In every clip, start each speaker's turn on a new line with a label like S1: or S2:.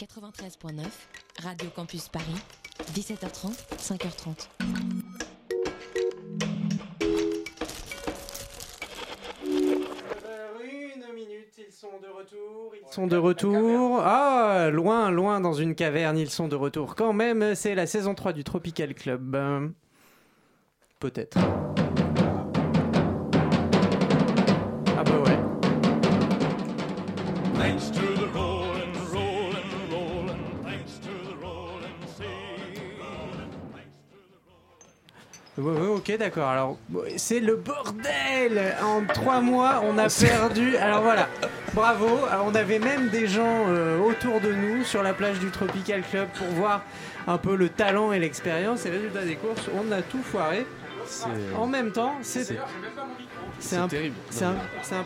S1: 93.9, Radio Campus Paris, 17h30, 5h30.
S2: Une minute, ils sont de retour. Ils sont de retour. Ah, loin, loin dans une caverne, ils sont de retour. Quand même, c'est la saison 3 du Tropical Club. Euh, Peut-être. Ah bah ouais.
S3: Thanks to the rolling, rolling, rolling. Thanks to the rolling sea.
S2: Ouais, ouais, ok, d'accord. Alors, ouais, c'est le bordel. En trois mois, on a perdu. Alors voilà. Bravo. Alors, on avait même des gens euh, autour de nous sur la plage du Tropical Club pour voir un peu le talent et l'expérience. Et résultat des courses, on a tout foiré. En même temps, c'est c'est un,
S4: terrible.
S2: c'est un, c'est un-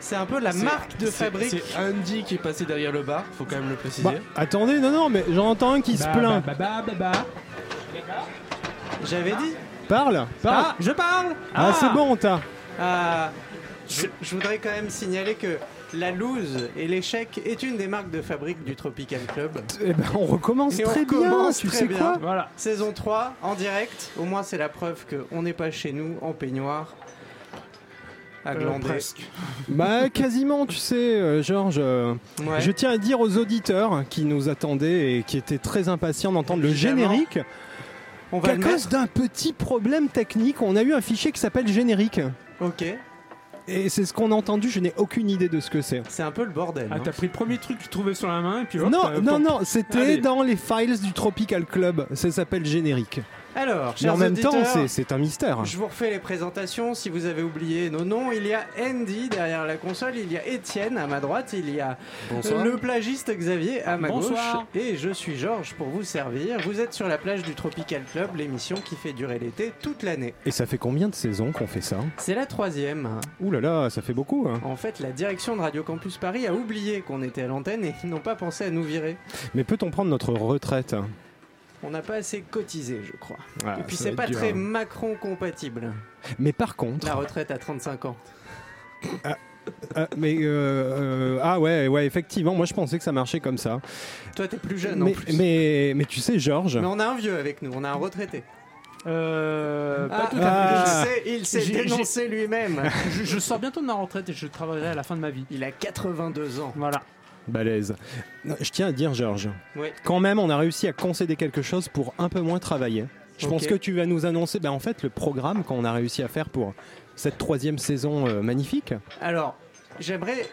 S2: c'est un peu la
S4: C'est-
S2: marque de
S4: c'est-
S2: fabrique.
S4: C'est Andy qui est passé derrière le bar, faut quand même le préciser.
S5: Bah, attendez, non, non, mais j'en entends un qui
S6: Bah,
S5: se plaint.
S2: J'avais dit.
S5: Parle, parle.
S2: Ah, je parle.
S5: Ah, c'est bon, t'as.
S2: Ah, je, je voudrais quand même signaler que la loose et l'échec est une des marques de fabrique du Tropical Club.
S5: Eh ben, on recommence
S2: Et on
S5: très bien,
S2: recommence
S5: tu
S2: très
S5: sais
S2: bien.
S5: quoi
S6: Voilà.
S2: Saison 3 en direct, au moins c'est la preuve qu'on n'est pas chez nous en peignoir. À
S5: Euh,
S2: glander.
S5: Bah, quasiment, tu sais, euh, Georges. euh,
S2: Ouais.
S5: Je tiens à dire aux auditeurs qui nous attendaient et qui étaient très impatients d'entendre le
S2: Évidemment.
S5: générique
S2: On va
S5: qu'à
S2: le
S5: cause
S2: mettre.
S5: d'un petit problème technique, on a eu un fichier qui s'appelle générique.
S2: Ok,
S5: Et c'est ce qu'on a entendu, je n'ai aucune idée de ce que c'est.
S2: c'est un peu le bordel.
S6: Ah,
S2: hein.
S6: t'as pris le premier truc que tu trouvais sur la main et
S2: Oh,
S6: puis
S2: euh,
S6: hop,
S5: Non,
S6: t'as-
S5: non,
S6: t'en-
S5: non, c'était
S6: Allez.
S5: dans les files du Tropical Club. Ça s'appelle générique.
S2: Alors,
S5: Mais
S2: chers
S5: en même temps,
S2: auditeurs,
S5: c'est- c'est un mystère.
S2: je vous refais les présentations. Si vous avez oublié nos noms, il y a Andy derrière la console, il y a Étienne à ma droite, il y a
S4: Bonsoir.
S2: Le plagiste Xavier à ma
S6: Bonsoir.
S2: gauche et je suis Georges pour vous servir. Vous êtes sur la plage du Tropical Club, l'émission qui fait durer l'été toute l'année.
S5: Et ça fait combien de saisons qu'on fait ça
S2: C'est la troisième.
S5: Ouh là là, ça fait beaucoup. hein.
S2: En fait, la direction de Radio Campus Paris a oublié qu'on était à l'antenne et ils n'ont pas pensé à nous virer.
S5: Mais peut-on prendre notre retraite
S2: On n'a pas assez cotisé, je crois.
S5: Ah,
S2: et puis
S5: ça
S2: c'est
S5: va
S2: pas
S5: être dur,
S2: très
S5: hein.
S2: Macron compatible.
S5: Mais par contre,
S2: La retraite à 35 ans.
S5: euh, mais euh, euh, ah ouais, ouais, effectivement, moi je pensais que ça marchait comme ça.
S2: Toi, t'es plus jeune en
S5: Mais,
S2: plus.
S5: mais, mais tu sais, Georges,
S2: Mais on a un vieux avec nous, on a un retraité.
S6: Euh, pas
S2: Ah,
S6: tout à
S5: Ah.
S2: il s'est- Il s'est
S6: J'ai- j'ai-
S2: dénoncé lui-même.
S6: fait. Je, je sors bientôt de ma retraite et je travaillerai à la fin de ma vie.
S2: Il a 82 ans.
S6: Voilà.
S5: balèze. Non, Je tiens à dire, Georges,
S2: Oui.
S5: quand même, on a réussi à concéder quelque chose pour un peu moins travailler. Je
S2: Ok.
S5: pense que tu vas nous annoncer, ben, en fait, le programme qu'on a réussi à faire pour cette troisième saison euh, magnifique.
S2: Alors, j'aimerais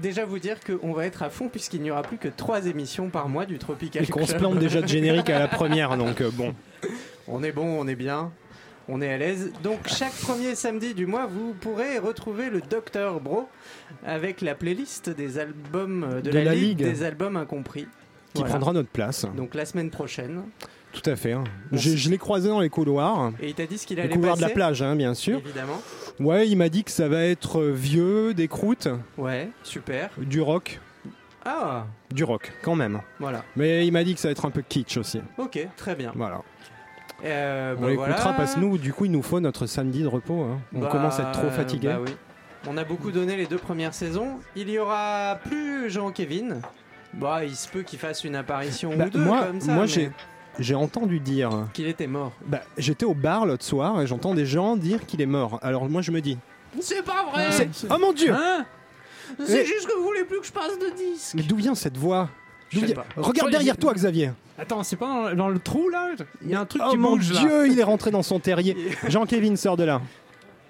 S2: déjà vous dire qu'on va être à fond puisqu'il n'y aura plus que 3 émissions par mois du Tropical
S5: Et qu'on se
S2: Club.
S5: plante déjà de générique à la première, donc euh, bon.
S2: On est bon, on est bien, on est à l'aise. Donc chaque premier samedi du mois, vous pourrez retrouver le Docteur Bro avec la playlist des albums de,
S5: De
S2: la,
S5: la
S2: Ligue
S5: Ligue.
S2: des albums incompris.
S5: Qui
S2: Voilà.
S5: prendra notre place.
S2: Donc la semaine prochaine.
S5: Tout à fait. hein.
S2: On
S5: Je, je l'ai croisé dans les couloirs.
S2: Et il t'a dit ce qu'il
S5: Les
S2: allait
S5: couloirs de la
S2: passer
S5: plage, hein, bien sûr.
S2: Évidemment.
S5: Ouais, il m'a dit que ça va être euh, vieux, des croûtes,
S2: Ouais, super.
S5: du rock.
S2: Ah,
S5: Du rock, quand même.
S2: voilà.
S5: Mais il m'a dit que ça va être un peu kitsch aussi.
S2: Ok, très bien.
S5: Voilà.
S2: Euh,
S5: on
S2: bah
S5: l'écoutera
S2: voilà.
S5: parce que nous, du coup, il nous faut notre samedi de repos. hein. On
S2: Bah,
S5: commence à être trop fatigué.
S2: bah oui. On a beaucoup donné les deux premières saisons. Il y aura plus Jean-Kévin. Bah, il se peut qu'il fasse une apparition
S5: Bah,
S2: ou deux
S5: moi,
S2: comme ça.
S5: moi
S2: mais
S5: j'ai, j'ai entendu dire.
S2: qu'il était mort.
S5: Bah, j'étais au bar l'autre soir et j'entends des gens dire qu'il est mort. Alors moi, je me dis.
S6: C'est pas vrai
S5: c'est- Oh mon dieu
S6: Hein
S5: C'est
S6: juste que vous voulez plus que je passe de 10
S5: Mais d'où vient cette voix D'où
S2: Je sais
S5: vient-
S2: pas.
S5: Regarde derrière toi, Xavier.
S6: Attends, c'est pas dans, dans le trou là Il y a un truc
S5: Oh
S6: qui
S5: mon
S6: bouge là.
S5: dieu, il est rentré dans son terrier. Jean-Kévin sort de là.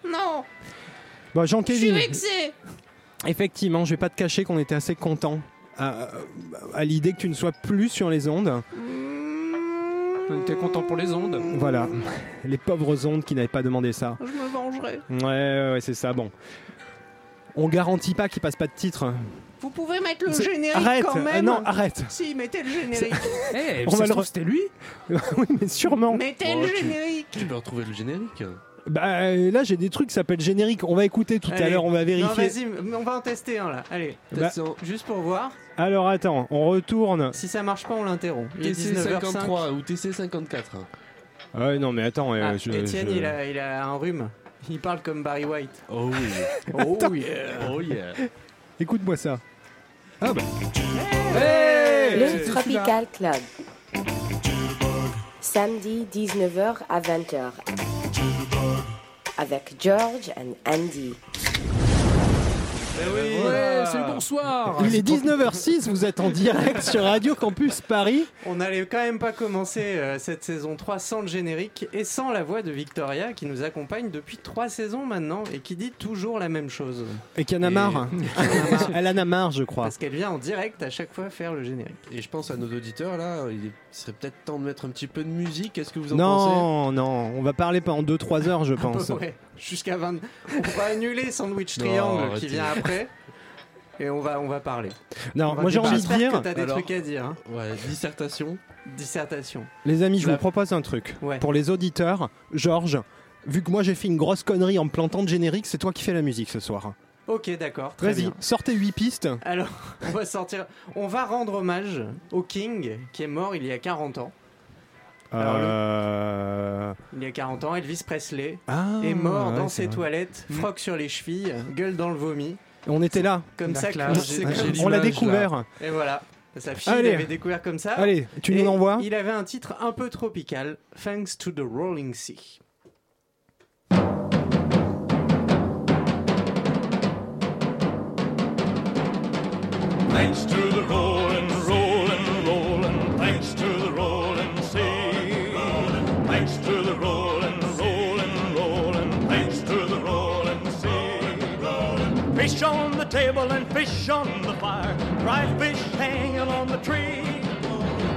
S7: Non,
S5: Bon,
S7: je suis
S5: Jean-Kévin.
S7: vexée.
S5: Effectivement, je vais pas te cacher qu'on était assez contents à, à l'idée que tu ne sois plus sur les ondes.
S6: On était content pour les ondes.
S5: Voilà, les pauvres ondes qui n'avaient pas demandé ça.
S7: Je me vengerai.
S5: Ouais, ouais, ouais, c'est ça, bon. On garantit pas qu'il passe pas de titre.
S7: Vous pouvez mettre le
S5: C'est-
S7: générique
S5: Arrête
S7: quand
S5: euh,
S7: même.
S5: Non, arrête
S7: Si, mettez le générique.
S6: Eh,
S5: On
S6: ça
S5: va le
S6: se trouve,
S5: re-
S6: c'était lui
S5: Oui, mais sûrement
S7: Mettez
S4: Oh,
S7: le
S4: tu-
S7: générique.
S4: Tu peux retrouver le générique.
S5: Bah euh, là, j'ai des trucs qui s'appellent générique. On va écouter tout à
S2: Allez.
S5: l'heure, on va
S2: Non,
S5: vérifier.
S2: vas-y, mais on va en tester un là. Allez,
S5: Bah,
S4: Peut-être
S2: juste pour voir.
S5: alors attends, on retourne.
S2: Si ça marche pas, on l'interrompt. Il est
S4: TC53
S2: 19h53.
S4: ou TC54.
S5: Ah ouais, non, mais attends. euh, je-
S2: Etienne,
S5: je-
S2: il, a, il a un rhume. Il parle comme Barry White.
S4: Oh oui.
S2: Oh yeah.
S4: Oh yeah.
S5: Écoute-moi ça. Ah bah.
S2: Hey
S5: Le
S2: celui-là.
S8: Tropical Club. Samedi 19h à 20h. Avec George and Andy.
S6: Ouais, c'est le bonsoir.
S5: Il est 19h06, vous êtes en direct sur Radio Campus Paris.
S2: On n'allait quand même pas commencer euh, cette saison 3 sans le générique et sans la voix de Victoria qui nous accompagne depuis 3 saisons maintenant et qui dit toujours la même chose.
S5: Et Canamar. Elle en a marre, je crois.
S2: Parce qu'elle vient en direct à chaque fois faire le générique.
S4: Et je pense à nos auditeurs là, il est- il serait peut-être temps de mettre un petit peu de musique. Qu'est-ce que vous en pensez
S5: Non, non, on va parler pendant 2-3 heures, je pense.
S2: Ah, Ouais, jusqu'à 20. On va annuler Sandwich
S4: Non,
S2: Triangle
S4: arrêtez.
S2: qui vient après. Et on va, on va parler.
S5: Non,
S2: On va
S5: moi j'ai
S2: débattre.
S5: envie de
S2: J'espère
S5: dire,
S2: que t'as des
S4: Alors.
S2: trucs à dire. hein.
S4: Ouais, dissertation.
S2: Dissertation.
S5: les amis, je
S4: La-
S5: vous propose un truc.
S2: Ouais.
S5: Pour les auditeurs, Georges, vu que moi j'ai fait une grosse connerie en me plantant de générique, c'est toi qui fais la musique ce soir.
S2: Ok, d'accord. Très
S5: Vas-y,
S2: bien.
S5: sortez 8 pistes.
S2: Alors, on va sortir. On va rendre hommage au King qui est mort il y a 40 ans. Alors, le-
S5: Euh...
S2: Il y a 40 ans, Elvis Presley
S5: Ah,
S2: est mort
S5: ouais,
S2: dans
S5: c'est
S2: ses
S5: vrai.
S2: toilettes,
S4: Hmm.
S2: froc sur les chevilles, gueule dans le vomi.
S5: On était là.
S2: Comme
S6: La
S2: ça,
S6: classe.
S2: que-
S4: C'est
S5: Ouais,
S4: Ah, j'ai
S5: on
S4: l'image,
S5: l'a
S4: là.
S5: découvert.
S2: Et voilà. Sa fille
S5: Allez.
S2: l'avait découvert comme ça.
S5: Allez, tu
S2: Et
S5: nous l'envoies
S2: Il avait un titre un peu tropical, Thanks to the Rolling Sea.
S3: Thanks to the rolling, rolling, rolling, thanks to the rolling sea. Thanks to the rolling, rolling, rolling, thanks to the rolling sea. Fish on the table and fish on the fire, dry fish hanging on the tree.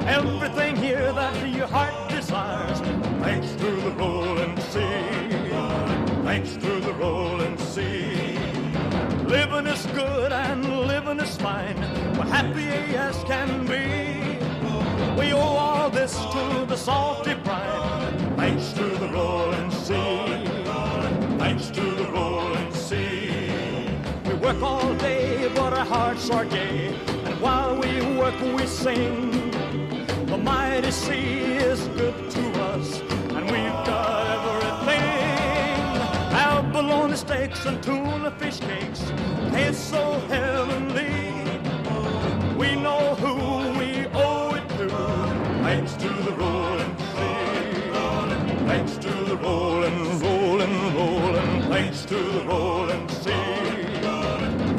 S3: Everything here that your heart desires, thanks to the rolling sea. Thanks to the rolling sea. Living is good and living is fine. We're happy as can be. We owe all this to the salty brine. Thanks to the rolling sea. Thanks to the rolling sea. We work all day, but our hearts are gay. And while we work, we sing. The mighty sea is good to us, and we've got everything. Our bologna steaks and tuna fish cakes taste so heavenly. We know who we owe it to, thanks to the rolling sea. Thanks to the rolling, rolling, rolling, thanks to the rolling sea.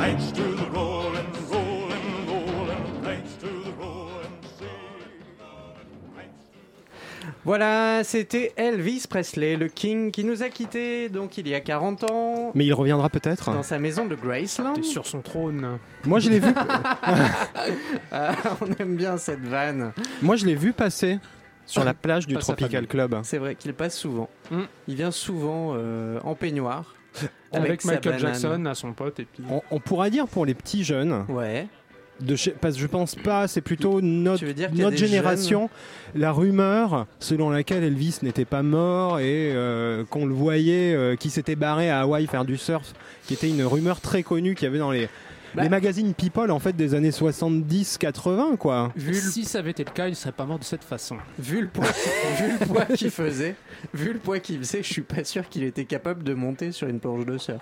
S3: Thanks to the rolling, rolling, rolling, thanks to the rolling sea.
S2: Voilà, c'était Elvis Presley, le King, qui nous a quittés donc il y a 40 ans
S5: Mais il reviendra peut-être.
S2: dans sa maison de Graceland.
S6: T'es sur son trône.
S5: Moi je l'ai vu.
S2: Ah, on aime bien cette vanne.
S5: Moi je l'ai vu passer sur la plage du
S6: Pas sa
S5: Tropical
S6: famille.
S5: Club.
S2: C'est vrai qu'il passe souvent.
S6: Hmm.
S2: Il vient souvent euh, en peignoir.
S6: Avec,
S2: sa
S6: Michael
S2: banane.
S6: Jackson à son pote et puis.
S5: On, on pourra dire pour les petits jeunes,
S2: Ouais.
S5: de chez- parce que je pense pas, c'est plutôt notre,
S2: Tu veux dire qu'il y a
S5: notre
S2: des
S5: génération, la rumeur selon laquelle Elvis n'était pas mort et euh, qu'on le voyait euh, qui s'était barré à Hawaï faire du surf, qui était une rumeur très connue qu'il y avait dans les,
S2: Bah.
S5: les magazines People en fait des années 70-80 quoi.
S2: Vu le,
S6: Si ça avait été le cas, il serait pas mort de cette façon.
S2: vu le poids, vu le poids qu'il faisait, vu le poids qu'il faisait, je suis pas sûr qu'il était capable de monter sur une planche de surf.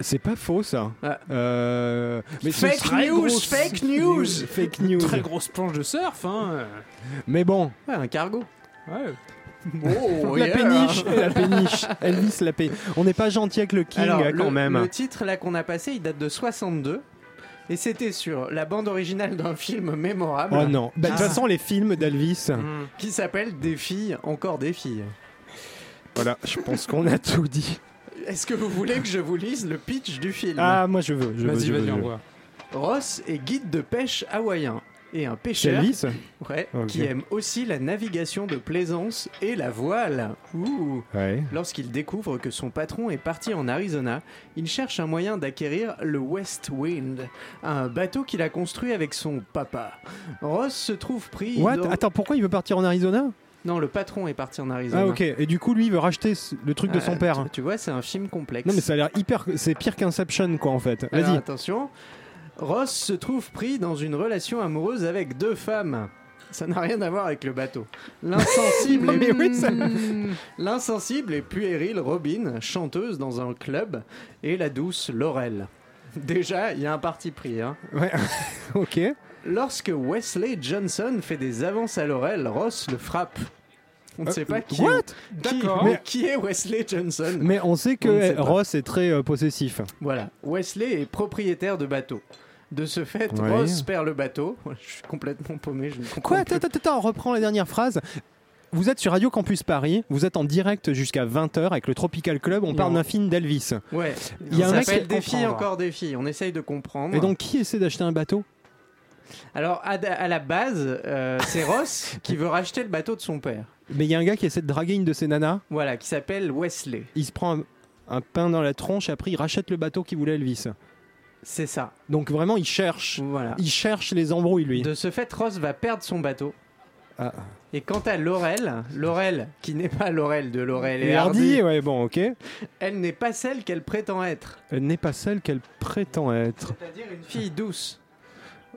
S5: C'est pas faux ça.
S2: Ah.
S5: Euh, mais ce
S2: Fake
S5: serait
S2: news,
S5: grosse-
S2: fake news.
S5: fake news.
S6: Très grosse planche de surf, hein.
S5: Mais bon,
S2: Ouais, un cargo.
S6: Ouais.
S2: Oh,
S5: la
S2: yeah.
S5: péniche, la péniche, Elvis la péniche. On n'est pas gentil avec le King hein,
S2: Alors,
S5: quand
S2: le,
S5: même.
S2: le titre là qu'on a passé, il date de 62. Et c'était sur la bande originale d'un film mémorable
S5: Oh non. Bah, De toute
S2: Ah.
S5: façon, les films d'Elvis,
S6: Hmm.
S2: qui s'appelle Des filles, encore des filles.
S5: voilà, je pense qu'on a tout dit.
S2: Est-ce que vous voulez que je vous lise le pitch du film
S5: Ah, moi je veux, je veux,
S6: Vas-y,
S5: je veux,
S6: vas-y,
S5: je veux.
S6: envoie.
S2: Ross est guide de pêche hawaïen et un
S5: C'est
S2: pêcheur
S5: Elvis
S2: ouais,
S5: Ok.
S2: qui aime aussi la navigation de plaisance et la voile. Ouh.
S5: Ouais.
S2: Lorsqu'il découvre que son patron est parti en Arizona, il cherche un moyen d'acquérir le West Wind, un bateau qu'il a construit avec son papa. Ross se trouve pris
S5: What
S2: dans...
S5: Attends, pourquoi il veut partir en Arizona
S2: Non, le patron est parti en Arizona.
S5: Ah, ok. Et du coup, lui, il veut racheter ce- le truc de
S2: Ah,
S5: son père.
S2: Tu, tu vois, c'est un film complexe.
S5: Non, mais ça a l'air hyper. C'est pire qu'Inception, quoi, en fait.
S2: Alors,
S5: Vas-y.
S2: attention. Ross se trouve pris dans une relation amoureuse avec deux femmes. Ça n'a rien à voir avec le bateau. L'insensible
S5: Non, mais
S2: et...
S5: oui, ça-
S2: L'insensible et puérile Robin, chanteuse dans un club, et la douce Laurel. Déjà, il y a un parti pris. hein.
S5: Ouais. ok.
S2: Lorsque Wesley Johnson fait des avances à Laurel, Ross le frappe. On ne sait pas qui,
S5: Euh, what
S2: est, qui-
S6: D'accord.
S2: mais qui est Wesley Johnson.
S5: Mais on sait que
S2: On ne sait
S5: eh,
S2: pas.
S5: Ross est très euh, possessif.
S2: Voilà, Wesley est propriétaire de bateau. De ce fait,
S5: Ouais.
S2: Ross perd le bateau. Je suis complètement paumé. Je ne comprends
S5: Quoi
S2: plus.
S5: Attends, attends, attends, on reprend la dernière phrase. Vous êtes sur Radio Campus Paris, vous êtes en direct jusqu'à 20h avec le Tropical Club, on parle
S2: Non.
S5: d'un film d'Elvis.
S2: Ouais,
S5: Il y a
S2: on
S5: un mec
S2: s'appelle
S5: qui-
S2: des filles
S5: comprendre.
S2: encore des filles. On essaye de comprendre.
S5: Et donc, qui essaie d'acheter un bateau
S2: Alors, à, à la base, euh, c'est Ross qui veut racheter le bateau de son père.
S5: Mais il y a un gars qui essaie de draguer une de ses nanas,
S2: Voilà, Ah, qui s'appelle Wesley.
S5: il se prend un, un pain dans la tronche, après il rachète le bateau qu'il voulait Elvis.
S2: C'est ça.
S5: Donc vraiment, il cherche.
S2: Voilà.
S5: Il cherche les embrouilles, lui.
S2: De ce fait, Ross va perdre son bateau.
S5: Ah.
S2: Et quant à Laurel, Laurel, qui n'est pas Laurel de Laurel et
S5: Et
S2: Hardy,
S5: Hardy, ouais, bon, ok.
S2: elle n'est pas celle qu'elle prétend être.
S5: Elle n'est pas celle qu'elle prétend être.
S2: C'est-à-dire une fille douce.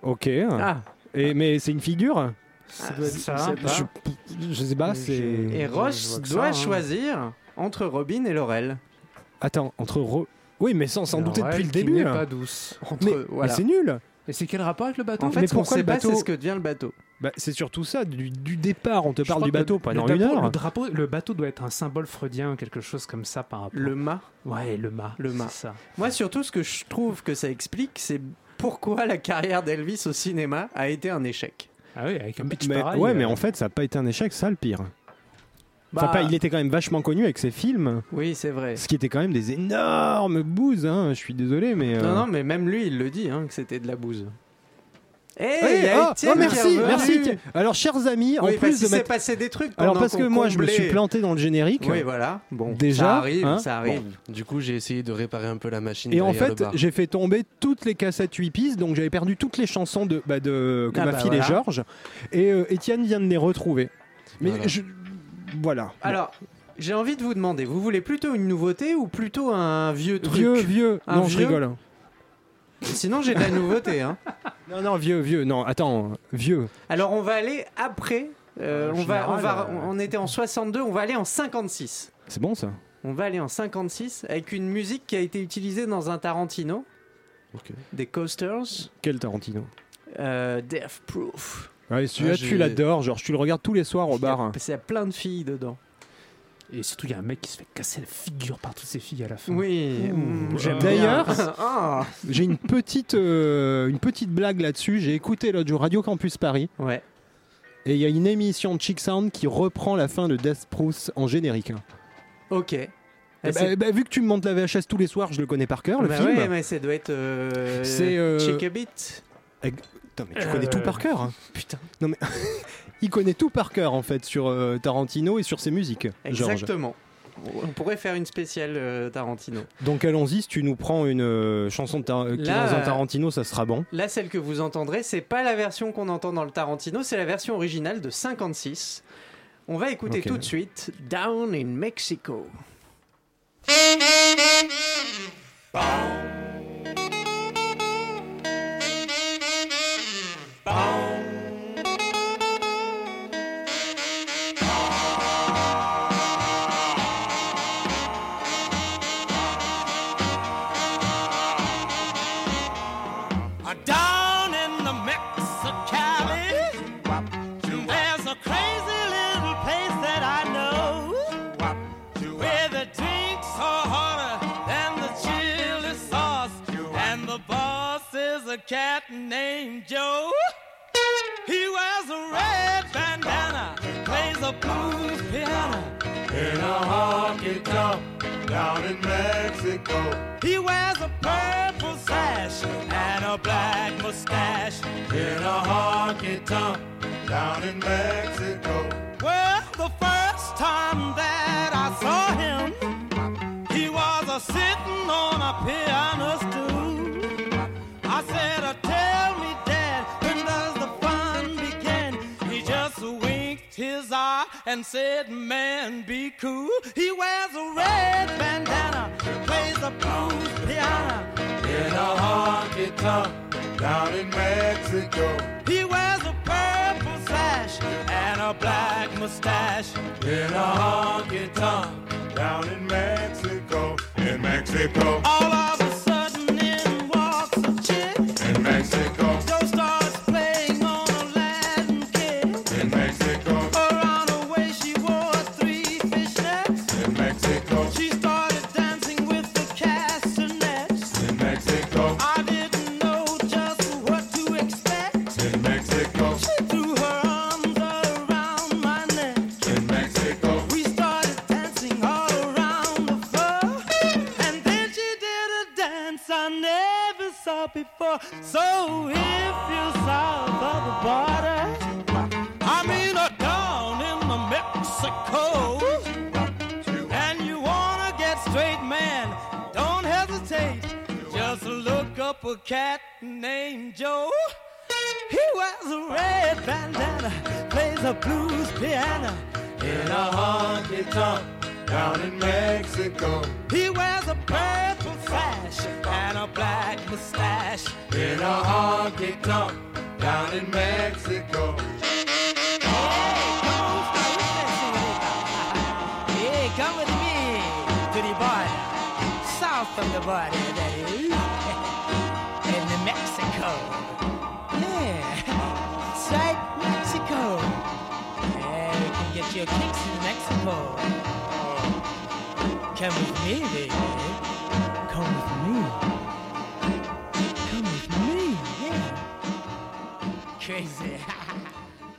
S5: Ok.
S2: Ah,
S5: Et, mais c'est une figure
S6: Ça doit être ça. hein.
S5: je, je sais pas, c'est.
S2: et
S6: je
S2: Ross
S6: vois que ça,
S2: doit
S6: hein.
S2: choisir entre Robin et Laurel.
S5: Attends, entre. Ro- Oui, mais sans s'en
S6: Alors,
S5: douter depuis
S6: elle
S5: le
S6: qui
S5: début.
S6: n'est
S5: hein.
S6: pas douce.
S2: Entre,
S5: Mais, mais
S2: voilà.
S5: c'est nul
S6: Et c'est quel rapport avec le bateau
S2: En fait,
S5: Mais
S2: ce qu'on
S5: pourquoi
S2: sait
S5: le
S2: pas,
S5: bateau
S2: c'est ce que devient le bateau.
S5: bah, C'est surtout ça, du, du départ, on te
S6: Je
S5: parle
S6: crois
S5: du
S6: que le-
S5: bateau pendant
S6: le
S5: une
S6: drapeau-
S5: heure.
S6: Le drapeau, le bateau doit être un symbole freudien, quelque chose comme ça par rapport.
S2: Le mât.
S6: Ouais, le mât.
S2: Le mât.
S6: c'est Ça.
S2: Moi, surtout, ce que je trouve que ça explique, c'est pourquoi la carrière d'Elvis au cinéma a été un échec.
S6: Ah oui, avec un pitch
S5: Mais-
S6: pareil.
S5: ouais,
S6: euh,
S5: mais en fait, ça n'a pas été un échec, ça le pire.
S2: Bah.
S5: Enfin, pas- il était quand même vachement connu avec ses films,
S2: Oui, c'est vrai.
S5: ce qui était quand même des énormes bouses, hein, je suis désolé, mais. euh,
S2: Non, non, mais même lui, il le dit, hein, que c'était de la bouse. Eh,
S5: ouais,
S2: il y a
S5: oh,
S2: Étienne
S5: oh,
S2: qui
S5: merci,
S2: est revenu.
S5: merci. Ti- Alors, chers amis, en
S2: Oui, parce
S5: plus
S2: qu'il
S5: de
S2: s'est
S5: mettre.
S2: passé des trucs.
S5: Alors,
S2: pendant
S5: parce que
S2: qu'on
S5: moi, je me
S2: comblait-
S5: suis planté dans le générique.
S2: Oui, voilà. Bon,
S5: Déjà,
S2: ça arrive,
S5: hein.
S2: ça arrive.
S9: Du coup, j'ai essayé de réparer un peu la machine.
S5: Et en
S9: derrière le
S5: fait,
S9: bar.
S5: j'ai fait tomber toutes les cassettes 8 pistes, donc j'avais perdu toutes les chansons de, bah, de que
S2: Ah
S5: ma
S2: bah
S5: fille
S2: voilà.
S5: et Georges. Et euh, Étienne vient de les retrouver. Mais
S9: Voilà.
S5: je. Voilà.
S2: Alors, j'ai envie de vous demander, vous voulez plutôt une nouveauté ou plutôt un vieux truc
S5: Vieux, vieux.
S2: Un
S5: non, je
S2: vieux
S5: rigole.
S2: Sinon, j'ai de la nouveauté. hein.
S5: Non, non, vieux, vieux. Non, attends, vieux.
S2: Alors, on va aller après. euh,
S6: En
S2: on, va, on, va,
S6: général, euh,
S2: on on était en 62, on va aller en 56.
S5: C'est bon ça
S2: On va aller en 56 avec une musique qui a été utilisée dans un Tarantino,
S9: Ok.
S2: des Coasters,
S5: Quel Tarantino
S2: euh, Death Proof.
S5: Ouais, celui-là,
S9: Ah, j'ai-
S5: tu l'adores. Genre, tu le regardes tous les soirs au bar. hein.
S2: Parce qu'il y a plein de filles dedans.
S6: Et surtout, il y a un mec qui se fait casser la figure par toutes ces filles à la fin.
S2: Oui.
S6: Ouh,
S2: j'aime
S5: D'ailleurs-
S2: bien. euh, Ah.
S5: J'ai une petite, euh, une petite blague là-dessus. J'ai écouté l'autre jour Radio Campus Paris.
S2: ouais.
S5: Et il y a une émission de Chick Sound qui reprend la fin de Death Proof en générique. hein.
S2: Ok. Ah,
S5: Eh
S2: C'est-
S5: ben, ben, vu que tu me montes la VHS tous les soirs, je le connais par cœur, le
S2: bah
S5: film.
S2: ouais, mais ça doit être. euh,
S5: C'est, euh,
S2: Chick a Bit.
S5: Eh, Putain, mais tu connais
S6: Euh,
S5: tout par cœur. hein.
S2: Putain.
S5: Non, mais il connaît tout par cœur, en fait, sur euh, Tarantino et sur ses musiques, Georges.
S2: Exactement. On pourrait faire une spéciale euh, Tarantino.
S5: Donc allons-y, si tu nous prends une euh, chanson de Tar- qui est
S2: Là,
S5: dans un
S2: euh,
S5: Tarantino, ça sera bon.
S2: Là, celle que vous entendrez, c'est pas la version qu'on entend dans le Tarantino, c'est la version originale de 56. On va écouter
S5: Ok.
S2: tout de suite Down in Mexico.
S3: Uh, Down in the Mexicali, there's a crazy little place that I know where the drinks are harder than the chili sauce, and the boss is a cat named Joe. He wears a red bandana, plays a blues piano.
S10: In a honky tonk down in Mexico.
S3: He wears a purple sash and a black mustache.
S10: In a honky tonk down in Mexico.
S3: Well, the first time that I saw him, he was a sitting on a piano stool. I said, "Uh, "Tell me, Dad, when does the fun begin?" He just winked his eye and said, "Man, be cool." He wears a red bandana, plays the blues piano.
S10: In a honky tonk down in Mexico.
S3: He wears a purple sash and a black mustache.
S10: In a honky tonk down in Mexico. In Mexico.
S3: All of a sudden in walks
S10: Mexico. And you wanna get straight, man, don't hesitate. Just look up a cat named Joe. He wears a red bandana, plays a blues piano in a honky tonk down in Mexico. He wears a purple sash and a black mustache in a honky tonk down in Mexico. Hey, come with me to the border, south of the border, that is, in New Mexico. Yeah, that's right, Mexico. Yeah, we can get your kicks in Mexico. Come with me, baby. Come with me. Come with me, yeah. Crazy.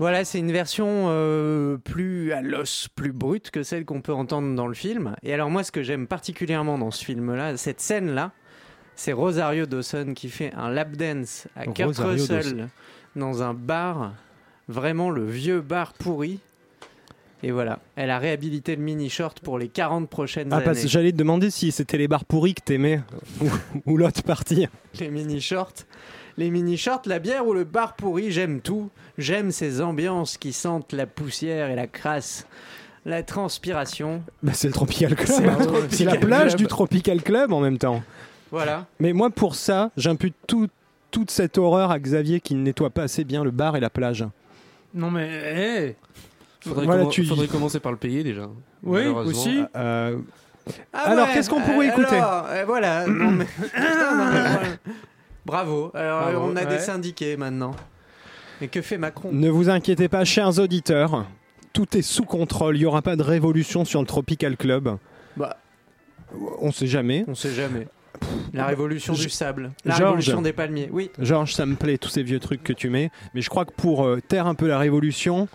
S2: Voilà, c'est une version euh, plus à l'os, plus brute que celle qu'on peut entendre dans le film. Et alors moi, ce que j'aime particulièrement dans ce film-là, cette scène-là, c'est Rosario Dawson qui fait un lap dance à Kurt
S5: Rosario
S2: Russell
S5: Dawson.
S2: dans un bar, vraiment le vieux bar pourri. Et voilà, elle a réhabilité le mini-short pour les 40 prochaines
S5: Ah,
S2: années.
S5: parce que j'allais te demander si c'était les bars pourris que t'aimais ou, ou l'autre partie.
S2: Les mini-shorts. Les mini-shorts, la bière ou le bar pourri, j'aime tout. J'aime ces ambiances qui sentent la poussière et la crasse, la transpiration.
S5: Bah, c'est le Tropical
S2: C'est
S5: Club.
S2: le
S5: hein.
S2: Tropical
S5: C'est la plage
S2: Club.
S5: du Tropical Club en même temps.
S2: Voilà.
S5: Mais moi, pour ça, j'impute tout- toute cette horreur à Xavier qui ne nettoie pas assez bien le bar et la plage.
S6: Non mais, hé
S4: Faudrait,
S5: Voilà,
S4: commen-
S5: tu-
S4: faudrait commencer par le payer déjà.
S6: Oui,
S4: Malheureusement.
S6: aussi. Ah bah,
S5: Euh, Alors, qu'est-ce qu'on pourrait écouter
S2: alors, Ah euh, Voilà. non, mais- Putain, non, mais voilà. Bravo. Alors,
S6: Bravo,
S2: on a des
S6: ouais.
S2: syndiqués maintenant. Mais que fait Macron
S5: ne vous inquiétez pas, chers auditeurs. Tout est sous contrôle. Il n'y aura pas de révolution sur le Tropical Club.
S2: Bah.
S5: On sait jamais.
S2: On sait jamais. La révolution
S5: Je-
S2: du sable. La
S5: Georges.
S2: révolution des palmiers. Oui.
S5: Georges, ça me plaît, tous ces vieux trucs que tu mets. Mais je crois que pour euh, taire un peu la révolution,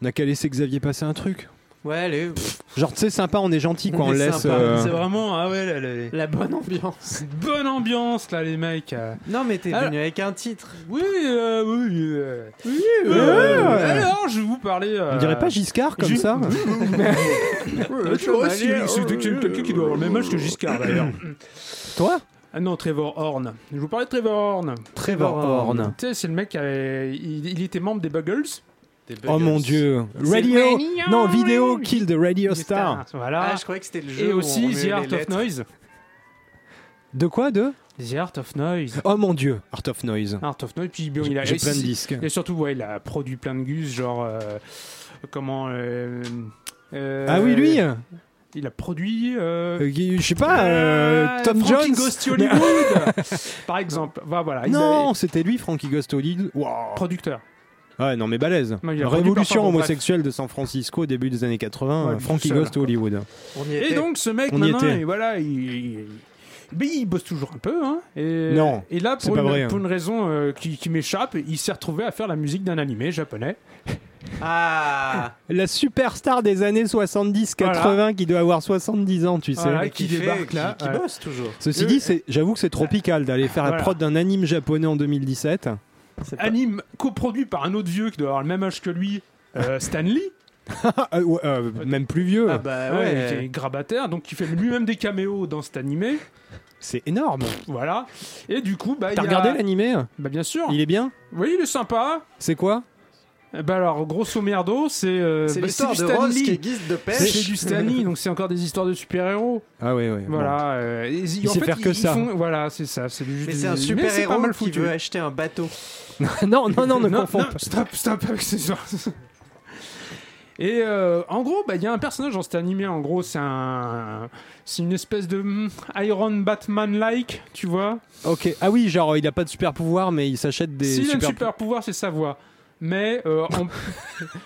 S5: on n'a qu'à laisser Xavier passer un truc.
S2: Ouais, allez,
S5: Genre, tu sais, sympa, on est gentil quand
S2: On
S5: on,
S2: est
S5: laisse.
S2: sympa,
S5: euh,
S6: C'est vraiment, ah ouais, là, là, là.
S2: bah. la bonne ambiance.
S6: C'est une bonne ambiance là, les mecs. euh.
S2: Non, mais t'es
S6: Alors-
S2: venu avec un titre.
S6: Oui, euh, oui. euh.
S5: ouais,
S6: Euh,
S5: ouais.
S6: Alors, je vais vous parler. euh,
S5: On dirait pas Giscard comme
S6: Gi-
S5: ça
S6: Ouais, tu vois, si- si- c'est
S2: euh,
S6: quelqu'un qui doit avoir le même âge que Giscard d'ailleurs.
S5: Toi
S6: Ah non, Trevor Horn. Je vous parlais de Trevor Horn.
S5: Trevor Horn.
S6: Tu sais, c'est le mec qui avait. Il, il était membre des Buggles.
S4: Des buggers.
S5: Oh mon dieu. Radio. Non, vidéo Kill the Radio Star.
S6: Voilà.
S2: Ah, je croyais que c'était le jeu.
S6: Et
S2: où on
S6: aussi
S2: met
S6: The
S2: les
S6: Art of
S2: lettres.
S6: Noise.
S5: De quoi De
S6: The Art of Noise.
S5: Oh mon dieu. Art of Noise.
S6: Art of Noise. Puis bon, il a.
S5: J'ai plein de disques.
S6: Et surtout, ouais, il a produit plein de gus, genre. euh, comment. euh, euh,
S5: Ah oui, lui euh,
S6: Il a produit. euh,
S5: Je sais pas, euh,
S6: euh,
S5: Tom
S6: Frankie
S5: Jones
S6: Ghost to Hollywood Par exemple. Voilà, voilà. ils
S5: Non,
S6: avaient-
S5: c'était lui, Frankie Ghost Hollywood. Wow.
S6: Producteur.
S5: Ouais, non, mais balèze.
S6: Non, il a produit
S5: Révolution
S6: Parfois, bon,
S5: homosexuelle de San Francisco, début des années 80,
S6: Ouais,
S5: euh, Frankie
S6: tout seul.
S5: Ghost Hollywood.
S2: On y
S6: Et
S2: était.
S6: donc ce mec
S5: On y
S6: maintenant,
S5: était.
S6: et voilà, il, il- mais il bosse toujours un peu. Hein, et,
S5: Non,
S6: Et là,
S5: c'est
S6: pour,
S5: pas
S6: une,
S5: vrai, hein.
S6: pour une raison euh, qui, qui m'échappe, il s'est retrouvé à faire la musique d'un animé japonais.
S2: Ah
S5: La superstar des années 70-80
S6: Voilà.
S5: qui doit avoir 70 ans, tu sais.
S6: Voilà.
S2: Et
S6: qui
S2: fait-
S6: débarque là,
S2: Qui, qui
S6: ouais.
S2: bosse toujours.
S5: Ceci dit, c'est- j'avoue que c'est tropical d'aller faire la
S6: Voilà.
S5: prod d'un anime japonais en 2017.
S2: C'est pas-
S6: Anime coproduit par un autre vieux qui doit avoir le même âge que lui. euh, Stan Lee,
S5: Ah, euh, ouais, euh, même plus vieux.
S2: Ah bah
S6: ouais,
S2: ouais.
S6: qui est grabataire, donc qui fait lui-même des caméos dans cet animé,
S5: C'est énorme.
S6: voilà. Et du coup, bah, il
S5: T'as
S6: y a-
S5: regardé l'animé hein
S6: Bah bien sûr.
S5: Il est bien
S6: Oui, il est sympa.
S5: C'est quoi
S6: Eh Bah alors, grosso merdo, c'est euh,
S2: C'est
S6: bah,
S2: l'histoire
S6: du
S2: de
S6: Stan
S2: Rose
S6: Lee.
S2: qui est guise de pêche.
S6: C'est du Stan Lee, donc c'est encore des histoires de super-héros.
S5: Ah ouais, ouais. bon.
S6: Voilà. euh, et-
S5: Il
S6: en
S5: sait
S6: fait,
S5: faire que
S6: ils
S5: ça.
S6: font- voilà, c'est ça. C'est du-
S2: Mais c'est un
S6: du-
S2: super
S6: c'est pas
S2: héros
S6: mal
S2: qui
S6: foutu.
S2: veut acheter un bateau.
S5: non, non, non, ne
S6: Non,
S5: confonds
S6: non,
S5: pas.
S6: stop, stop avec ces histoires. Et euh, en gros, bah, il y a un personnage dans cet animé. En gros, c'est un, c'est une espèce de hmm, Iron Batman-like, tu vois.
S5: Ok. Ah oui, genre il a pas de super pouvoir, mais il s'achète des
S6: S'il a un
S5: super.
S6: super pouvoir, c'est sa voix. Mais euh, en...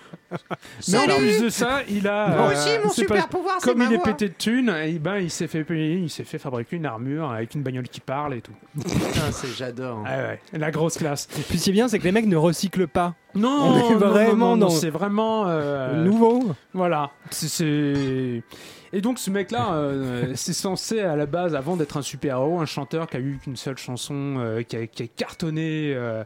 S6: Mais en plus de ça, il a.
S7: Moi
S6: euh,
S7: aussi, mon
S6: c'est pas-
S7: super pouvoir, c'est
S6: Comme
S7: ma
S6: il est
S7: voix.
S6: pété de thunes, et ben il s'est fait, il s'est fait fabriquer une armure avec une bagnole qui parle et tout.
S2: Putain, c'est j'adore.
S6: Ah ouais, la grosse classe.
S5: Puis ce qui est bien, c'est que les mecs ne recyclent pas.
S6: Non,
S5: On est
S6: non, non,
S5: vraiment
S6: non, non,
S5: dans-
S6: c'est vraiment euh,
S5: Nouveau.
S6: Voilà, c'est- c'est. Et donc ce mec-là, euh, c'est censé à la base, avant d'être un super-héros, un chanteur qui a eu qu'une seule chanson, euh, qui, a, qui a cartonné. euh,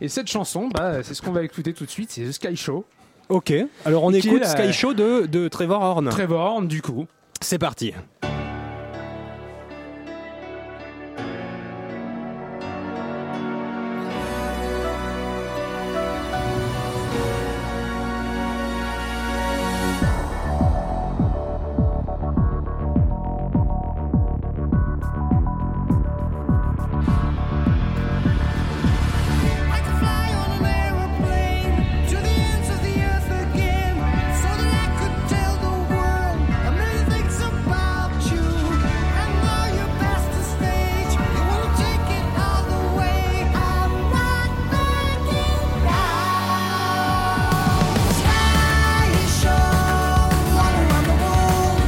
S6: Et cette chanson, bah, c'est ce qu'on va écouter tout de suite, c'est The Sky Show.
S5: Ok, alors on
S6: Qui est
S5: écoute
S6: la-
S5: Sky Show de, de Trevor Horn.
S6: Trevor Horn, du coup.
S5: C'est parti.
S10: I could fly on an aeroplane to the ends of the earth again, so that I could tell the world a million things about you. And now you're past the stage, you wanna take it all the way. I'm not backing down. Sky is show, all around the world.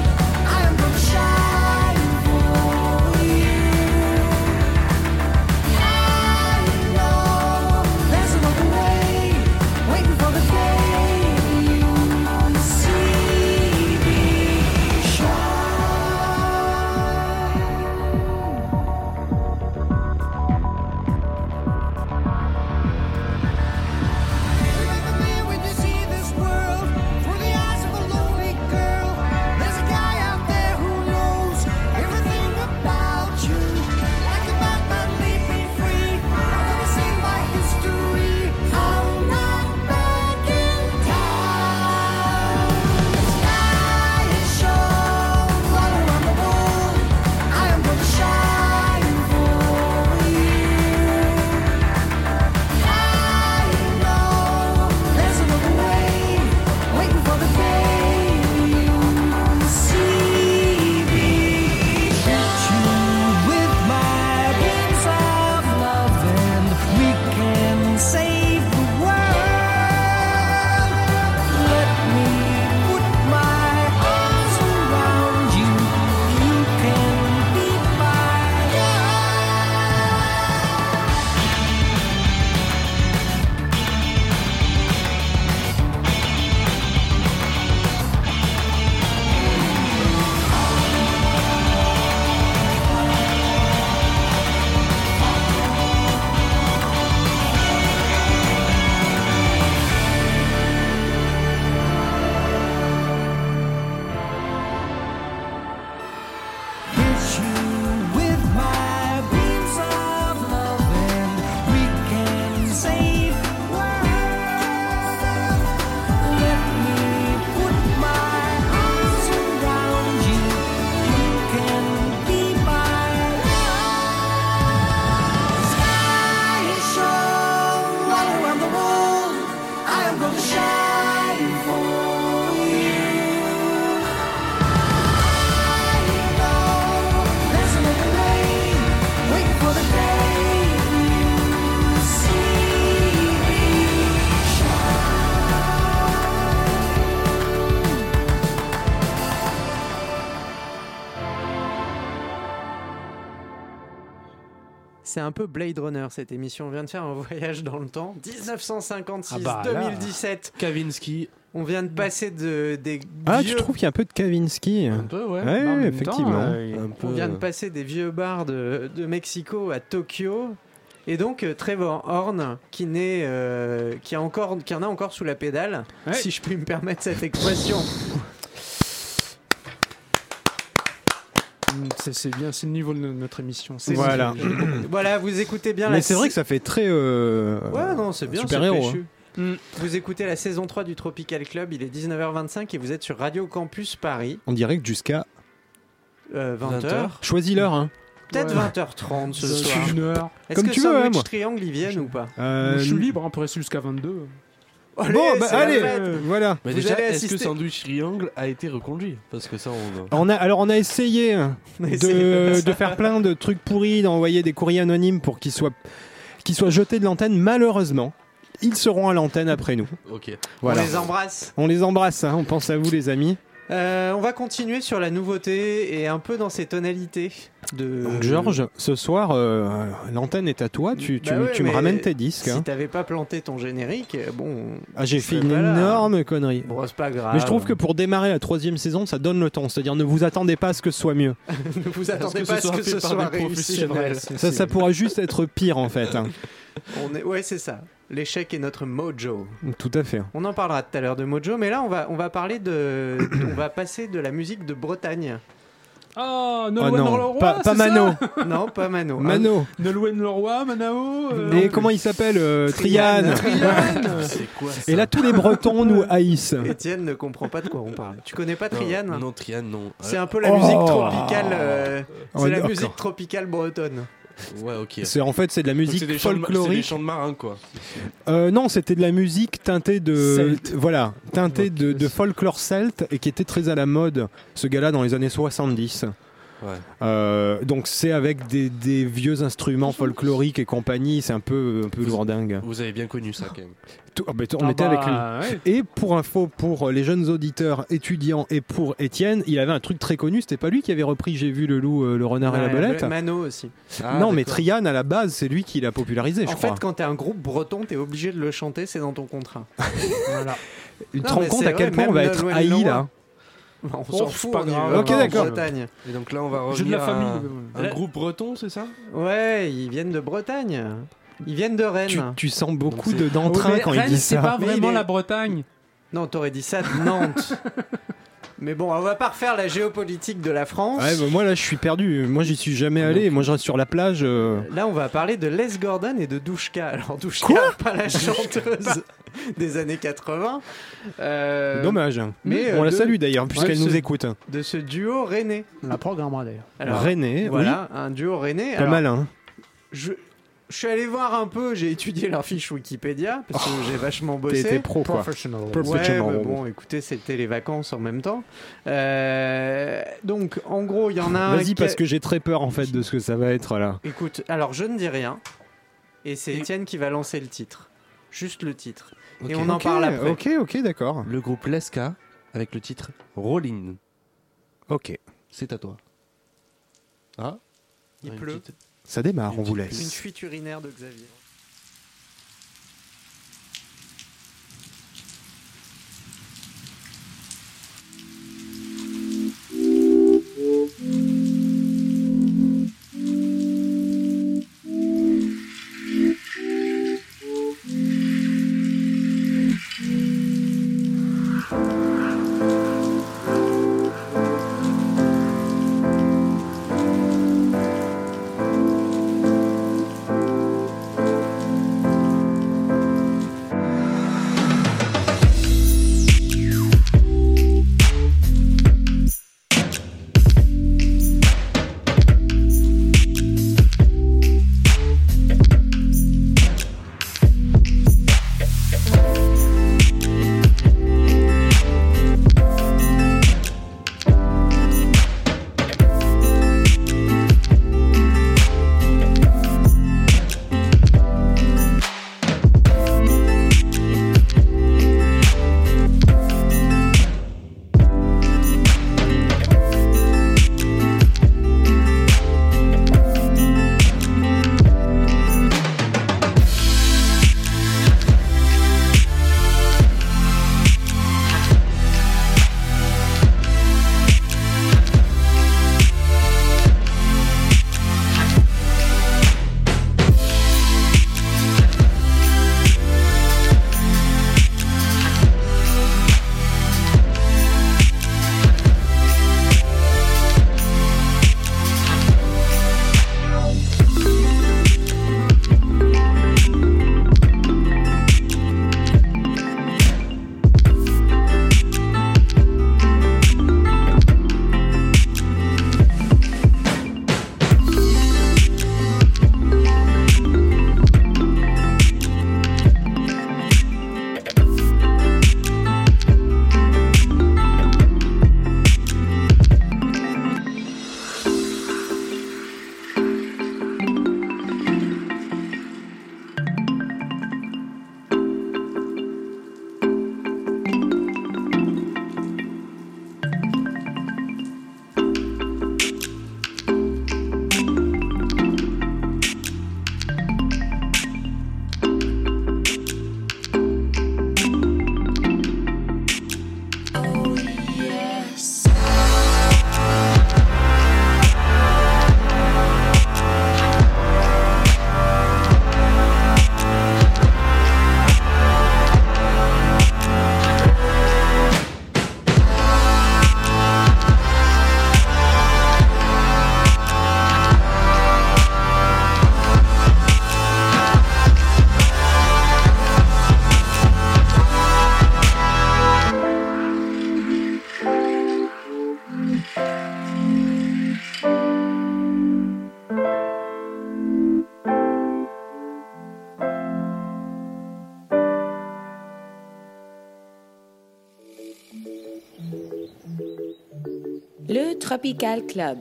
S10: I am gonna shine for you. There's another way, waiting for the day you see me shine. Remember me when you see this world through the eyes of a lonely girl. There's a guy out there who knows everything about you. Like a madman leaping free, I'm gonna sing my history. I'm not backing down. The sky is shown all around the world. I am gonna shine for you. I know there's another way, waiting for the day you see me. with my beams of love, and we can save the world. Let me put my arms around you. You can be my love. Hit you with my beams of love, and we can save the world. Let me put my arms around you. You can be my love. Sky is shown all around the world. I am gonna shine for you. There's another way, waiting for the day you see me shine.
S2: C'est un peu Blade Runner cette émission. On vient de faire un voyage dans le temps. 1956,
S6: Ah bah là. Mm.
S2: 2017.
S4: Kavinsky,
S2: On vient de passer de, des
S5: Ah,
S2: vieux
S5: tu trouves qu'il y a un peu de Kavinsky
S4: un peu,
S2: Bah,
S4: ouais.
S5: Ouais,
S6: Mais en même
S5: effectivement.
S6: temps, euh,
S4: Un peu.
S2: On vient de passer des vieux bars de, de Mexico à Tokyo. Et donc euh, Trevor Horn, qui, naît, euh, qui, a encore, qui en a encore sous la pédale,
S6: Ouais.
S2: si je puis me permettre cette expression.
S6: Mm, C'est c'est bien, c'est le niveau de notre émission. C'est-
S5: Voilà.
S2: voilà, vous écoutez bien la
S5: Mais c'est vrai que ça fait très. euh, hein.
S2: Ouais, non, c'est bien,
S5: super
S2: c'est
S5: héros,
S2: péchu.
S6: Mm.
S2: Vous écoutez la saison 3 du Tropical Club, il est 19h25 et vous êtes sur Radio Campus Paris,
S5: En direct jusqu'à.
S2: 20h.
S4: 20h.
S5: Choisis l'heure, hein.
S2: Peut-être
S6: Ouais.
S2: 20h30 ce
S6: c'est
S2: soir.
S6: une heure.
S2: Est-ce
S5: Comme
S2: que
S5: tu veux, hein,
S2: Sandwich
S5: moi.
S2: Triangle, ils viennent ou pas
S5: Euh,
S6: Je suis libre, hein, pour rester jusqu'à 22.
S5: Bon, bah,
S2: c'est la
S5: allez,
S2: fête.
S5: euh, voilà.
S4: Mais
S2: Vous
S4: déjà,
S2: allez
S4: est-ce que
S2: assister-
S4: Sandwich Triangle a été reconduit Parce que ça, on.
S5: On a, alors on a essayé hein,
S2: On a essayé
S5: de, de faire plein de trucs pourris, d'envoyer des courriers anonymes pour qu'ils soient, qu'ils soient jetés de l'antenne. Malheureusement, ils seront à l'antenne après nous.
S4: Ok.
S5: Voilà.
S2: On les embrasse.
S5: On les embrasse, hein, on pense à vous les amis.
S2: Euh, on va continuer sur la nouveauté et un peu dans ses tonalités. De...
S5: Donc Georges, ce soir, euh, l'antenne est à toi, tu, tu,
S2: Bah ouais,
S5: tu me
S2: mais
S5: ramènes tes disques.
S2: si
S5: hein.
S2: t'avais pas planté ton générique, euh, bon,
S5: Ah, j'ai fait
S2: Ben
S5: une
S2: voilà.
S5: énorme connerie.
S2: bon c'est pas grave.
S5: Mais je trouve que pour démarrer la troisième saison, ça donne le temps. C'est-à-dire, ne vous attendez pas à ce que ce soit mieux.
S2: ne vous attendez
S4: Est-ce
S2: pas à ce que ce soit
S4: fait par des
S2: réussi.
S4: professionnels
S5: Ça, ça pourra juste être pire en fait. hein.
S2: On est... Ouais, c'est ça. L'échec est notre mojo.
S5: Tout à fait.
S2: On en parlera tout à l'heure de mojo, mais là on va on va parler de on va passer de la musique de Bretagne.
S6: Ah,
S5: oh
S6: Nolwenn
S5: non,
S6: Leroy,
S5: pas, pas
S6: c'est
S5: Mano.
S6: ça
S2: Non, pas Mano.
S5: Mano.
S6: Nolwenn Leroy, Manao. euh,
S5: Et comment il s'appelle euh, Trian.
S2: Triane.
S4: C'est quoi ça
S5: Et là, tous les Bretons nous haïssent.
S2: Ah, Étienne ne comprend pas de quoi on parle. Tu connais pas
S4: Non,
S2: Triane
S4: Non, Trian, non.
S2: C'est un peu la
S5: Oh.
S2: musique tropicale. euh,
S5: Oh,
S2: c'est la
S5: d'accord.
S2: musique tropicale bretonne.
S4: Ah, Ouais, ok.
S5: C'est en fait c'est de la
S4: Donc, c'est
S5: musique
S4: des chants de- C'est des
S5: folklorique.
S4: chants de marins, quoi.
S5: Euh, non, c'était de la musique teintée de
S6: Celte.
S5: voilà, teintée de, de folklore celte et qui était très à la mode. Ce gars-là dans les années 70.
S4: Ouais.
S5: Euh, donc c'est avec des, des vieux instruments folkloriques et compagnie. C'est un peu un peu lourdingue.
S4: Vous avez bien connu ça, quand même.
S5: Tout- ah, mais t- on
S6: ah
S5: était
S6: bah,
S5: avec lui.
S6: ouais.
S5: Et pour info, pour les jeunes auditeurs, étudiants et pour Étienne, il avait un truc très connu. C'était pas lui qui avait repris J'ai vu le loup, euh, le renard et la
S2: Ouais,
S5: belette.
S2: Mano aussi.
S4: Ah,
S5: non, mais
S4: d'accord.
S5: Trian à la base, c'est lui qui l'a popularisé, je
S2: en
S5: crois.
S2: fait, quand t'es un groupe breton, t'es obligé de le chanter, c'est dans ton contrat. voilà.
S5: tu te
S2: Non,
S5: rends
S2: mais
S5: compte
S2: c'est
S5: à quel
S2: vrai,
S5: point on
S2: même
S5: va être
S2: Nolwenn
S5: haï
S2: Leroy.
S5: là
S2: On
S6: Oh,
S2: s'en
S6: c'est
S2: fout.
S6: pas
S2: on y
S6: grave.
S2: va,
S5: Ok,
S2: on va en
S5: d'accord.
S2: Bretagne.
S4: Et donc là, on va revenir
S6: Jeu de la
S4: à
S6: famille.
S4: un,
S6: La-
S4: groupe breton, c'est ça
S2: Ouais, ils viennent de Bretagne. Ils viennent de Rennes.
S5: tu, tu sens beaucoup
S4: Donc,
S5: de
S6: Oh,
S5: d'entrain
S6: mais
S5: quand il
S6: Rennes,
S5: dit
S6: c'est
S5: ça.
S6: pas
S2: Mais
S6: vraiment
S2: il est-
S6: la Bretagne.
S2: Non, t'aurais dit ça de Nantes. Mais bon, on va pas refaire la géopolitique de la France.
S5: Ouais, bah, moi là, je suis perdu. Moi, j'y suis jamais
S2: Ah,
S5: allé. Moi, je reste sur la plage. euh.
S2: Là, on va parler de Les Gordon et de Douchka. Alors, Douchka, pas la chanteuse des années 80. euh,
S5: Dommage.
S2: mais,
S5: on
S2: euh,
S5: la
S2: de-
S5: salue d'ailleurs, puisqu'elle
S2: Ouais,
S5: nous
S2: ce-
S5: écoute.
S2: de ce duo René.
S6: On la programmera d'ailleurs.
S2: Alors,
S5: René, oui,
S2: Voilà, un duo René.
S5: pas hein.
S2: Alors,
S5: malin.
S2: Je, je suis allé voir un peu, j'ai étudié leur fiche Wikipédia, parce que j'ai vachement
S5: Oh, T'es t'es
S2: bossé.
S5: pro quoi.
S6: Professional.
S2: Ouais,
S5: Professionnel.
S2: mais bon, écoutez, c'était les vacances en même temps. Euh, donc, en gros, il y en a un.
S5: Vas-y,
S2: qui-
S5: parce que j'ai très peur en fait de ce que ça va être là.
S2: Écoute, alors je ne dis rien. Et c'est Étienne qui va lancer le titre. Juste le titre. Et
S4: Ok.
S2: on en
S5: Ok,
S2: parle après.
S5: Ok, ok, d'accord.
S4: Le groupe Leska, avec le titre Rolling.
S5: Ok.
S4: C'est à toi. Ah
S2: Il
S4: Ouais, une
S2: pleut.
S4: petite-
S5: Ça démarre, on vous
S2: Une
S5: laisse.
S2: fuite urinaire de Xavier.
S5: Rolling.
S8: Le Tropical Club.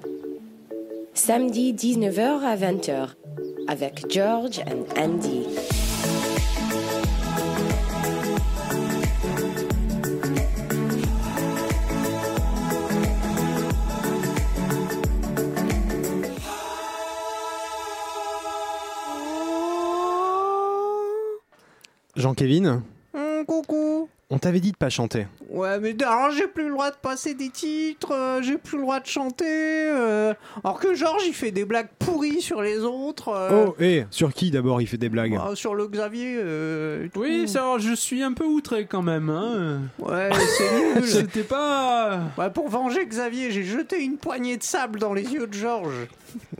S8: Samedi 19h à 20h avec George and Andy.
S5: Jean-Kévin,
S2: Hum, coucou.
S5: on t'avait dit de pas chanter.
S2: Ouais, mais alors j'ai plus le droit de passer des titres, euh, j'ai plus le droit de chanter. euh, alors que Georges, il fait des blagues pourries sur les autres. euh,
S5: Oh, et sur qui d'abord il fait des blagues
S2: euh, sur le Xavier. euh, et tout.
S6: Oui, ça, je suis un peu outré quand même. Hein.
S2: Ouais, c'est nul.
S6: C'était pas.
S2: Ouais, pour venger Xavier, j'ai jeté une poignée de sable dans les yeux de Georges.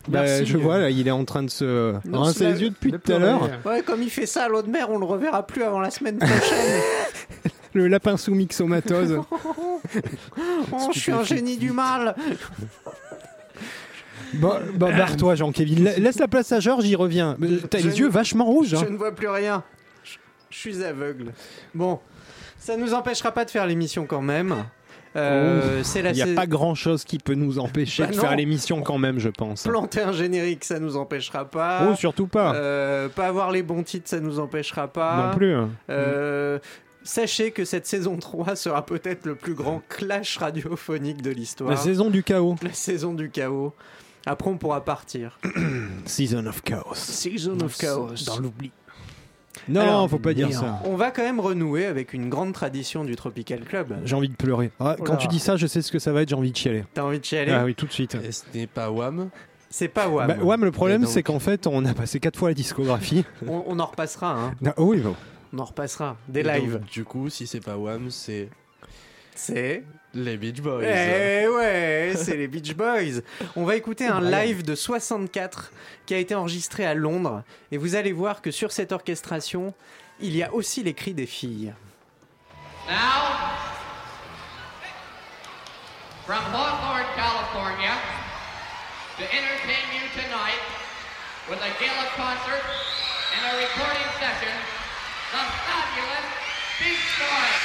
S5: Bah,
S6: Merci.
S5: je vois, là, il est en train de se
S2: Non,
S5: rincer
S2: c'est
S5: les
S2: la-
S5: yeux depuis
S6: de
S5: tout à l'heure.
S6: pleurer.
S2: Ouais, comme il fait ça à l'eau de mer, on le reverra plus avant la semaine prochaine.
S5: Le lapin sous myxomatose.
S2: oh, je suis un génie du mal.
S5: bon, bah, barre-toi, Jean-Kévin. La- Laisse la place à Georges, il revient. Mais T'as
S2: Je-
S5: les yeux vachement rouges.
S2: Je
S5: hein.
S2: ne vois plus rien. Je- Je suis aveugle. Bon, ça nous empêchera pas de faire l'émission quand même. Euh, c'est la
S5: Oh, Il n'y a
S2: sais-
S5: pas grand-chose qui peut nous empêcher
S2: Bah
S5: de
S2: non.
S5: faire l'émission quand même, je pense.
S2: planter un générique, ça nous empêchera pas.
S5: Oh, surtout pas.
S2: Euh, pas avoir les bons titres, ça nous empêchera pas.
S5: non plus. hein.
S2: Euh, Sachez que cette saison 3 sera peut-être le plus grand clash radiophonique de
S5: La
S2: l'histoire.
S5: saison du chaos.
S2: La saison du chaos. Après, on pourra partir.
S5: Season of Chaos.
S2: Season of Chaos.
S5: l'oubli. Non,
S2: Alors,
S5: faut pas dire ça.
S2: On va quand même renouer avec une grande tradition du Tropical Club.
S5: J'ai envie de pleurer. Ah,
S2: Oh
S5: quand
S2: là.
S5: tu dis ça, je sais ce que ça va être, j'ai envie de chialer.
S2: T'as envie de chialer
S5: Ah oui, tout de suite.
S4: Et ce n'est pas Wham.
S2: C'est pas WAM.
S5: Bah, ouais, mais le problème,
S4: donc-
S5: c'est qu'en fait, on a passé quatre fois la discographie.
S2: On, on en repassera, hein.
S5: Ah, oui, bon.
S2: On en repassera. Des
S4: Et donc,
S2: lives.
S4: du coup, si c'est pas Wham, c'est
S2: C'est.
S4: les Beach Boys.
S2: Eh ouais, c'est les Beach Boys. On va écouter un live de 64 qui a été enregistré à Londres. Et vous allez voir que sur cette orchestration, il y a aussi les cris des filles.
S10: Now, from Hawthorne, California, to entertain you tonight with a gala concert and a recording session, the fabulous Beach Boys.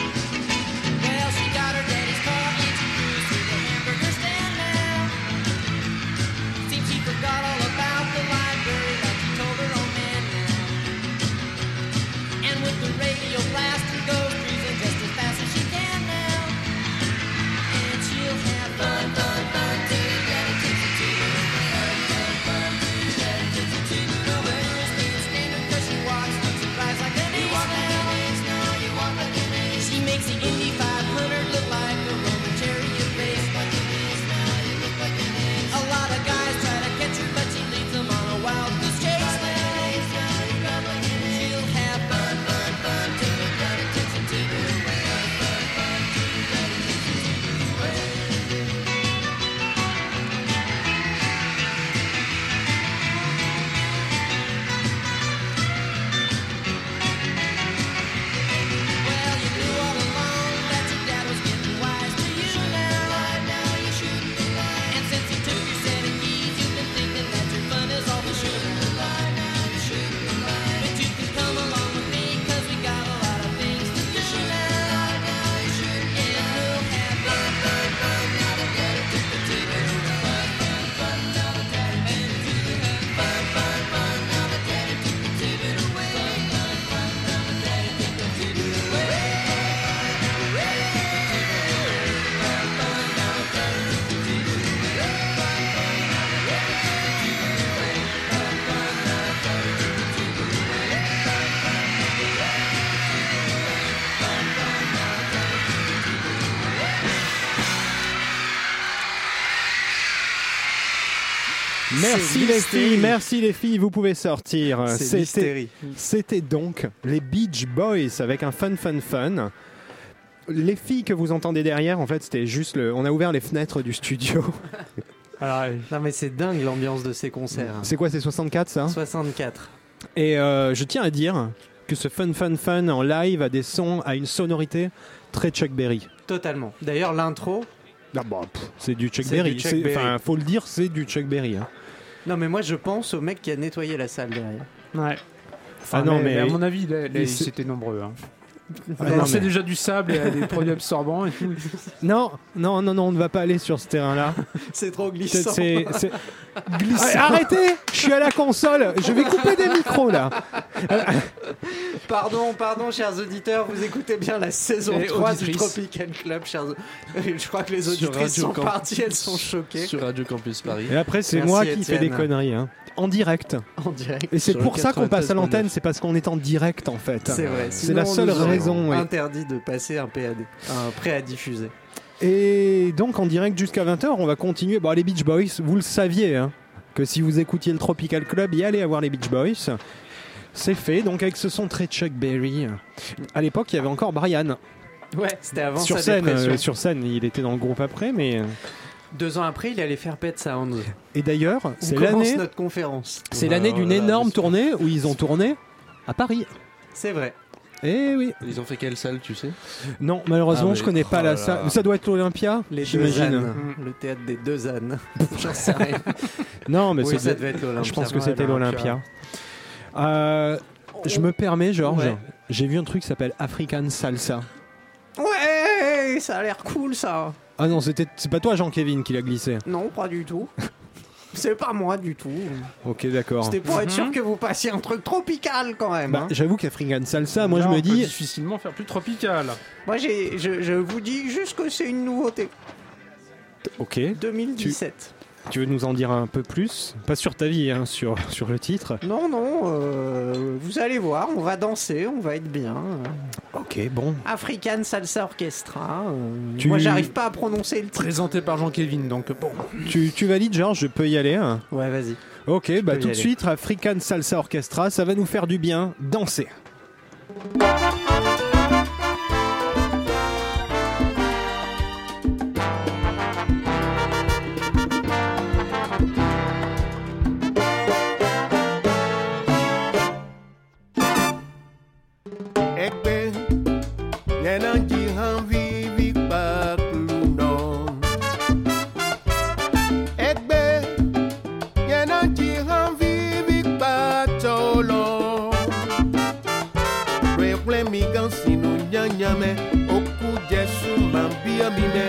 S10: Well, she got her daddy's car and she cruised to the hamburger stand now. Seems she forgot all about the library like she told her old man now. And with the radio blasting, goes cruising just as fast as she can now. And she'll have fun, fun, fun till her daddy takes her to the fun, fun, fun till her daddy takes her to the hamburger stand. Standing 'cause she walks, looks and drives like an ace now. She makes the Indy 500 look like a Roman chariot race. A lot of guys try to catch her, but she leads them on a wild goose chase. She'll have fun, fun, fun till her daddy takes her to the fun, fun, fun till her daddy takes her to the Well, you knew all along that your dad was getting wise to you now. Now you should And since he took your set of keys, you've been thinking that your fun is all the should Now you should But you can come along with me 'cause we got a lot of things to do now. Now you should And we'll have fun, fun, fun. Now the daddy took the ticket. Fun, fun, fun. Now the daddy took the ticket. Fun, fun, fun. Now the daddy took the ticket away. Fun, fun, fun. Now the daddy took the ticket away.
S5: Merci
S2: C'est
S5: les
S2: l'hystérie.
S5: filles, merci les filles, vous pouvez sortir.
S2: C'est l'hystérie.
S5: C'était donc les Beach Boys avec un fun fun fun. Les filles que vous entendez derrière, en fait, c'était juste le. On a ouvert les fenêtres du studio.
S6: Alors,
S2: Ah Non, mais c'est dingue l'ambiance de ces concerts.
S5: C'est quoi, c'est 64 ça hein
S2: 64.
S5: Et euh, je tiens à dire que ce fun fun fun en live a des sons, à une sonorité très Chuck Berry.
S2: totalement. D'ailleurs, l'intro.
S5: Ah bah, pff, c'est du Chuck
S2: C'est
S5: Berry.
S2: du Chuck
S5: C'est-
S2: Berry.
S5: Enfin, faut le dire, c'est du Chuck Berry. hein.
S2: Non, mais moi, je pense au mec qui a nettoyé la salle derrière.
S6: Ouais. Enfin,
S5: Ah non, mais-
S6: à mon avis, là- là,
S5: mais
S6: ils
S5: c'est-
S6: étaient nombreux. Hein.
S5: Ah
S6: Ils
S5: non,
S6: lançaient
S5: mais-
S6: déjà du sable et euh, des produits absorbants et tout.
S5: Non, non, non, non, on ne va pas aller sur ce terrain-là.
S2: C'est trop
S5: C'est-
S2: glissant.
S5: c'est- c'est- Ah, Arrêtez Je suis à la console. Je vais couper des micros là.
S2: Pardon, pardon, chers auditeurs, vous écoutez bien la saison
S6: Et
S2: 3 du
S6: auditrices.
S2: Tropical Club. Chers... Je crois que les
S11: Sur
S2: auditrices
S11: Radio
S2: sont
S11: Camp-
S2: parties, elles sont choquées
S11: Sur Radio Campus Paris.
S5: Et après, c'est
S2: Merci,
S5: moi qui fais
S2: Étienne.
S5: des conneries. hein. En direct.
S2: en direct.
S5: Et c'est
S11: Sur le
S5: pour ça qu'on passe
S11: 93.9.
S5: à l'antenne. C'est parce qu'on est en direct en fait.
S2: C'est vrai.
S5: C'est la
S2: Sinon, on
S5: seule
S2: nous aurait
S5: raison, oui.
S2: Interdit de passer un PAD, un prêt à diffuser.
S5: Et donc en direct jusqu'à 20h, on va continuer. Bon, les Beach Boys, vous le saviez, hein, que si vous écoutiez le Tropical Club, il allait avoir les Beach Boys. C'est fait, donc avec ce son très Chuck Berry. À l'époque, il y avait encore Brian
S2: Ouais, c'était avant
S5: sur
S2: sa
S5: scène.
S2: dépression.
S5: euh, sur scène, il était dans le groupe après, mais euh,
S2: Deux ans après, il allait faire Pet Sounds.
S5: et d'ailleurs,
S2: On
S5: c'est
S2: commence
S5: l'année,
S2: notre conférence.
S5: c'est
S11: Oh
S5: l'année d'une énorme tournée où ils ont tourné à Paris.
S2: C'est vrai.
S5: Eh oui.
S11: Ils ont fait quelle salle, tu sais
S5: Non, malheureusement,
S11: Ah,
S5: je
S11: mais-
S5: connais pas
S11: oh
S5: la
S11: là
S5: salle.
S11: là.
S5: Ça doit être l'Olympia,
S2: Les deux
S5: j'imagine.
S2: ânes. Mmh. Le théâtre des deux ânes. J'en sais rien.
S5: Non, mais
S2: Oui,
S5: c'est
S2: ça devait être l'Olympia.
S5: Je pense que
S2: Ouais,
S5: c'était l'Olympia. Euh, je me permets, Georges.
S2: Ouais.
S5: J'ai vu un truc qui s'appelle African Salsa.
S2: Ouais, ça a l'air cool ça.
S5: Ah non, c'était c'est pas toi, Jean-Kévin, qui l'a glissé.
S2: Non, pas du tout. C'est pas moi du tout.
S5: Ok, d'accord.
S2: C'était pour être
S6: Mhm.
S11: Mhm.
S2: sûr que vous passiez un truc tropical quand même.
S5: Bah,
S2: hein.
S5: J'avoue qu'African Salsa, moi
S6: Là,
S5: je
S6: on
S5: me
S6: peut
S5: dis,
S6: difficilement faire plus tropical.
S2: Moi, j'ai- je, je vous dis juste que c'est une nouveauté.
S5: ok,
S2: 2017.
S5: tu veux nous en dire un peu plus Pas sur ta vie, hein, sur, sur le titre.
S2: Non, non, euh, vous allez voir, on va danser, on va être bien. Euh,
S5: Ok, bon.
S2: African Salsa Orchestra. euh,
S5: Tu-
S2: Moi, j'arrive pas à prononcer le titre.
S6: Présenté par Jean-Kévin, donc bon.
S5: Tu, tu valides, Georges, je peux y aller. hein
S2: Ouais, vas-y.
S5: Ok, bah
S2: peux y
S5: tout de
S2: aller.
S5: suite, African Salsa Orchestra, ça va nous faire du bien, danser.
S12: Ik ben Nenan Jihan Vivi Pakluno. Ik ben Nenan Jihan Vivi Patolo. Reple mi gan sinu nyanyame. Oku Jesu mambia mine.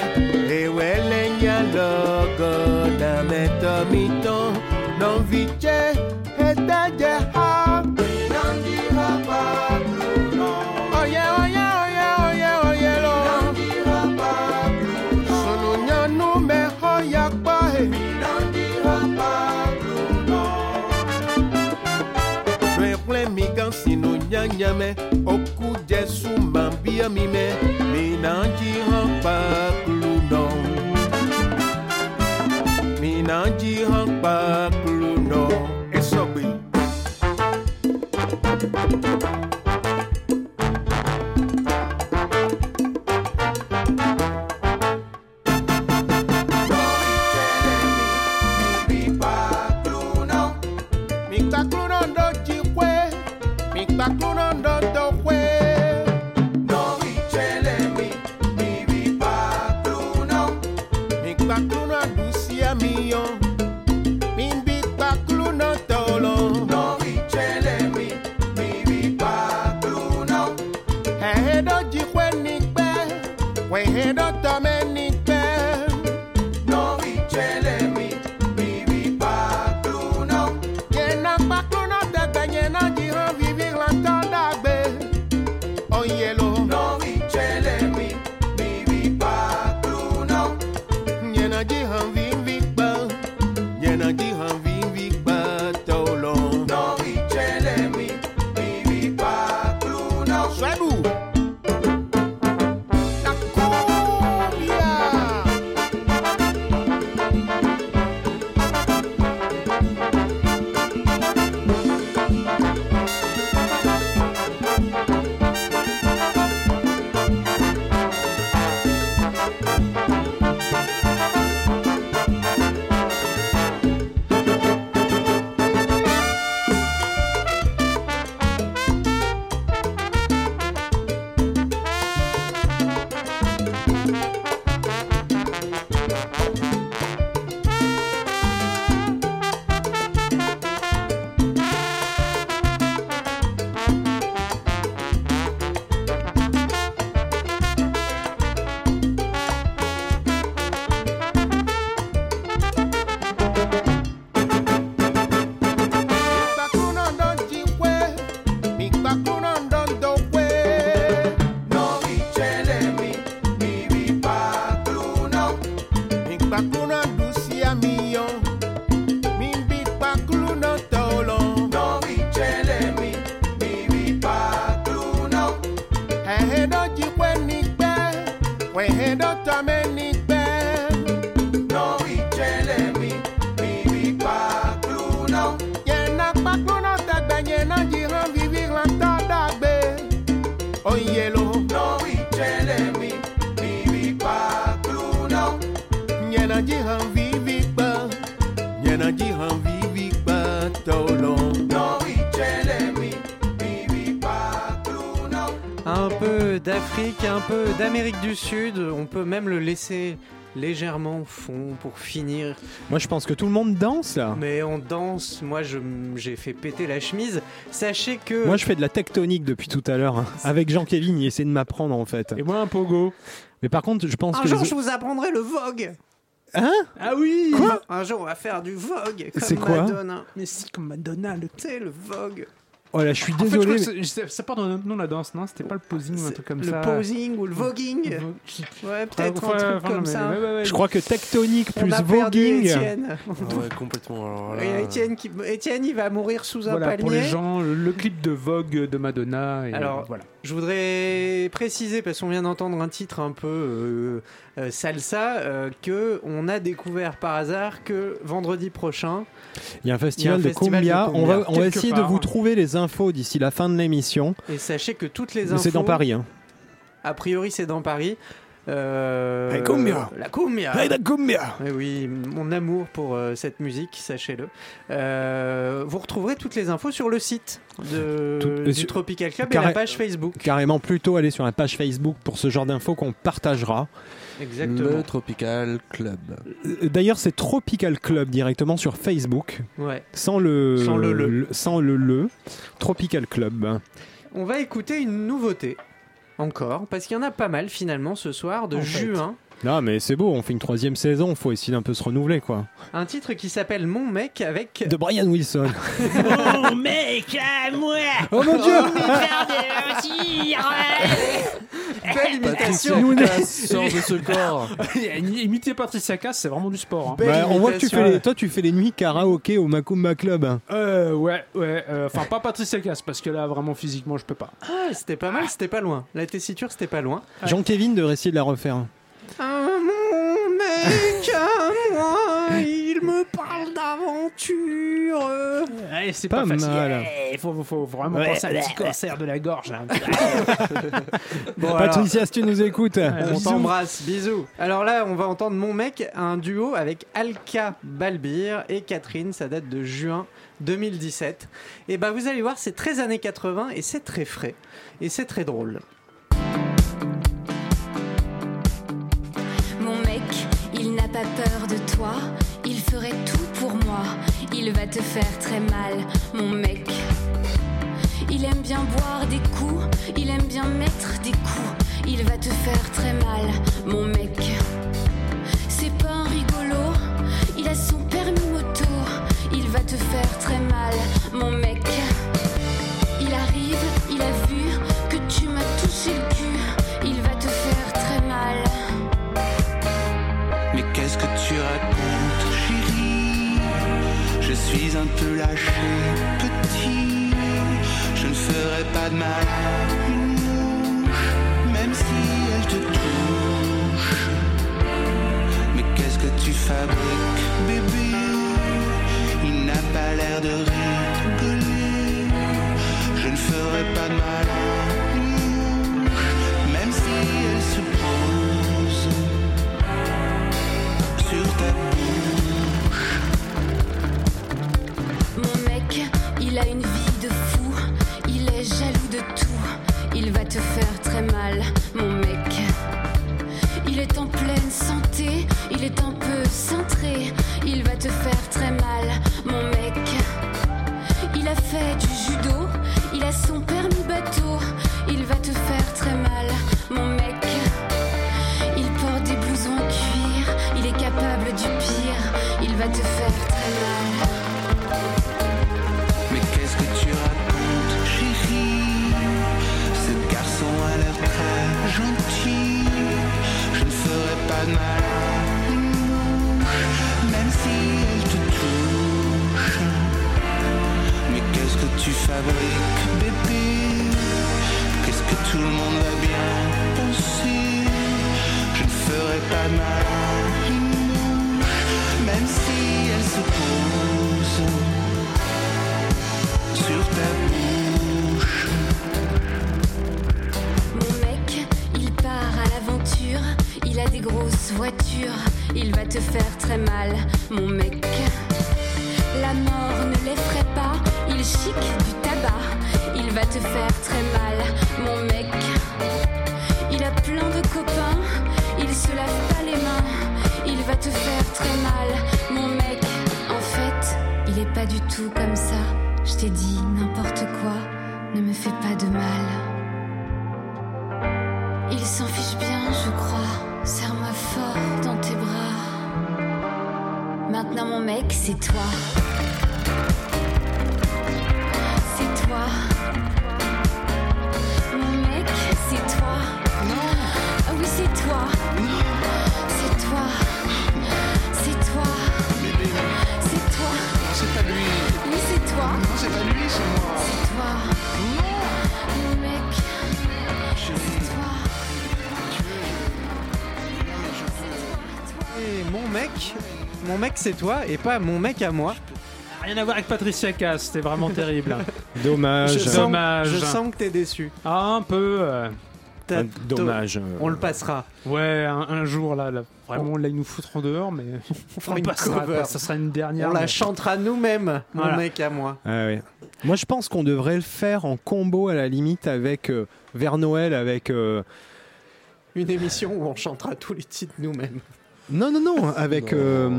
S12: E Ewele nyalo goda meto miton. Non viche etaje ha. Nenan Jihan Oye, oye, oye, oye, oye, lo. Solo ya no me joya pae. Rẹ̀pẹ́ mi gan sínú yányá mẹ́, okú Jésù máa ń bí mi mẹ́, mi náà jí hàn pa kúlù náà. Mi náà jí hàn pa kúlù náà. Ẹ sọ pé. Mi kakluno do chikwe, mi kakluno do dokwe. Mi kakluno adusia miyo, mi bi kakluno tolo. Hehe do chikwe nikpe, wehe do tome nikpe. Yena kakluno tete, yena jihan vivi lantan dagbe. Oyelo. Nyena jihan vivi kpa, nyena jihan vivi kpa tolo. Swedu. Nakulia. on hielo. No we tele we vivi pa cluno. Nyena jihan vivi pa. Nyena jihan vivi pa tolo. No we tele we vivi pa cluno.
S2: Un peu d'Afrique, un peu d'Amérique du Sud. On peut même le laisser légèrement au fond pour finir.
S5: Moi, je pense que tout le monde danse là.
S2: Mais on danse. Moi, je m- j'ai fait péter la chemise. Sachez que.
S5: Moi, je fais de la tectonique depuis tout à l'heure. hein. Avec Jean-Kévin, il essaie de m'apprendre en fait. Et
S6: moi, un pogo.
S5: Mais par contre, je pense
S2: Un
S5: que.
S2: jour,
S5: les-
S2: je vous apprendrai le Vogue.
S5: Hein
S6: Ah oui
S5: Quoi
S2: Un jour, on va faire du Vogue. comme
S5: C'est quoi
S2: Madonna. Mais si, comme Madonna, le thé, le Vogue.
S5: Oh là, je suis
S6: En fait, je crois
S5: désolé.
S6: que c'est- c'est- ça part dans le nom de la danse, non C'était pas le posing ou un truc comme
S2: Le
S6: ça
S2: posing ou le voguing. Ouais, peut-être
S6: Enfin,
S2: un truc
S6: enfin,
S2: comme
S6: mais-
S2: ça.
S6: ouais, ouais, ouais.
S5: mais- Je crois que tectonique
S2: On
S5: plus
S2: a perdu
S5: voguing.
S2: Étienne.
S4: Ah ouais, complètement. Alors là,
S2: Et Étienne, qui... Étienne, il va mourir sous un
S6: Voilà,
S2: palmier.
S6: pour les gens, le, le clip de Vogue de Madonna. Et euh,
S2: Alors,
S6: voilà.
S2: je voudrais préciser, parce qu'on vient d'entendre un titre un peu euh, euh, salsa, euh, que on a découvert par hasard que vendredi prochain,
S5: Il y a un festival,
S2: Il y a un
S5: de,
S2: festival
S5: cumbia.
S2: de
S5: On va,
S2: cumbia.
S5: on va
S2: Quelque
S5: essayer
S2: part,
S5: de vous
S2: hein.
S5: trouver les infos d'ici la fin de l'émission.
S2: et sachez que toutes les
S5: Mais
S2: infos...
S5: c'est dans Paris. Hein.
S2: A priori, c'est dans Paris. Euh,
S5: La cumbia.
S2: La cumbia
S5: Hey, la cumbia.
S2: Eh oui, mon amour pour euh, cette musique, sachez-le. Euh, vous retrouverez toutes les infos sur le site de,
S5: Tout-
S2: du
S5: sur-
S2: Tropical Club et
S5: Carré-
S2: la page Facebook.
S5: Carrément, plutôt aller sur la page Facebook pour ce genre d'infos qu'on partagera.
S2: Exactement.
S4: Le Tropical Club.
S5: Euh, D'ailleurs, c'est Tropical Club directement sur Facebook.
S2: Ouais.
S5: Sans le,
S2: Sans le le.
S5: sans le le. Tropical Club.
S2: On va écouter une nouveauté encore, parce qu'il y en a pas mal finalement ce soir de juin.
S5: Non, mais c'est beau, on fait une troisième saison, faut essayer d'un peu se renouveler quoi.
S2: Un titre qui s'appelle Mon mec avec.
S5: De Brian Wilson.
S10: Mon mec à moi
S5: Oh mon Dieu.
S10: mes frères de
S2: Belle imitation.
S5: Nous, on est-
S4: Sors de ce corps.
S6: Imiter Patricia Cass, c'est vraiment du sport. hein.
S2: Belle
S5: Bah, on voit que tu
S2: imitation.
S5: fais les, toi tu fais les nuits karaoké au Macumba Club. hein.
S6: Euh, ouais, ouais. euh, Enfin, pas Patricia Cass, parce que là, vraiment, physiquement, je peux pas.
S2: Ah, c'était pas mal, c'était pas loin. La tessiture, c'était pas loin.
S5: Jean-Kévin devrait essayer de la refaire.
S2: Ah, mon mec à moi, Ah, il me parle d'aventure.
S6: Ouais, c'est
S5: Pas
S6: pas, facile.
S5: mal.
S6: Il faut, faut vraiment
S5: Ouais,
S6: penser à un petit cancer de la gorge. là.
S2: Bon, alors,
S5: Patricia, si tu nous écoutes,
S2: on t'embrasse, bisous. Alors là, on va entendre mon mec, un duo avec Alka Balbir et Catherine, ça date de juin 2017. Et bah vous allez voir, c'est très années 80 et c'est très frais et c'est très drôle.
S13: Mon mec, il n'a pas peur de toi, il ferait tout pour moi, il va te faire très mal, mon mec. Il aime bien boire des coups, il aime bien mettre des coups, il va te faire très mal, mon mec. C'est pas un rigolo, il a son permis moto, il va te faire très mal, mon mec. Il arrive, il a vu que tu m'as touché le cul, il va te faire très mal.
S14: Mais qu'est-ce que tu racontes, chérie Je suis un peu lâché, petit. Je ne ferai pas de mal à une mouche, même si elle te touche. Mais qu'est-ce que tu fabriques, bébé Il n'a pas l'air de rigoler. Je ne ferai pas de mal à une mouche, même si elle se pose sur ta bouche.
S13: Mon mec, il a une vie de fou, il est jaloux de tout, il va te faire très mal, mon mec. Il est en pleine santé, il est un peu cintré, il va te faire très mal, mon mec. Il a fait du judo, il a son permis bateau, il va te faire très mal, mon mec. Il porte des blousons en cuir, il est capable du pire, il va te faire très mal.
S14: Mais qu'est-ce que tu racontes, chérie Ce garçon a l'air très gentil. Je ne ferai pas de mal à une mouche, même si elle te touche. Mais qu'est-ce que tu fabriques, bébé Qu'est-ce que tout le monde va bien penser Je ne ferai pas de mal à une mouche, même si elle se pose sur ta bouche.
S13: grosse voiture, il va te faire très mal, mon mec. La mort ne l'effraie pas, il chic du tabac, il va te faire très mal, mon mec. Il a plein de copains, il se lave pas les mains, il va te faire très mal, mon mec. En fait, il est pas du tout comme ça, je t'ai dit n'importe quoi, ne me fais pas de mal. Il s'en fiche bien, je crois, serre-moi fort dans tes bras. Maintenant mon mec, c'est toi. C'est toi. Mon mec, c'est toi. Non. Ah oui, c'est toi. C'est toi. C'est toi. C'est toi.
S14: C'est pas lui.
S13: Oui, c'est toi.
S14: Non, c'est pas lui, c'est moi.
S13: C'est toi. Non. Mon mec. C'est toi.
S2: Et mon mec, mon mec c'est toi et pas mon mec à moi.
S6: Rien à voir avec Patricia Cass, c'était vraiment terrible.
S5: Dommage.
S2: Je sens,
S6: Dommage.
S2: je sens que t'es déçu.
S6: Ah, un peu. euh,
S2: T'as-
S5: Dommage. euh.
S2: On le passera.
S6: Ouais, un, un jour là, là, vraiment là ils nous foutront dehors, mais on
S2: fera une
S6: passera
S2: cover.
S6: pas, ça sera une dernière.
S2: On la
S6: mais-
S2: chantera nous-mêmes, mon
S6: Voilà.
S2: mec à moi.
S5: Ah ouais. Moi, je pense qu'on devrait le faire en combo à la limite avec euh, vers Noël avec. euh,
S2: Une émission où on chantera tous les titres nous-mêmes.
S5: Non, non, non, avec. euh,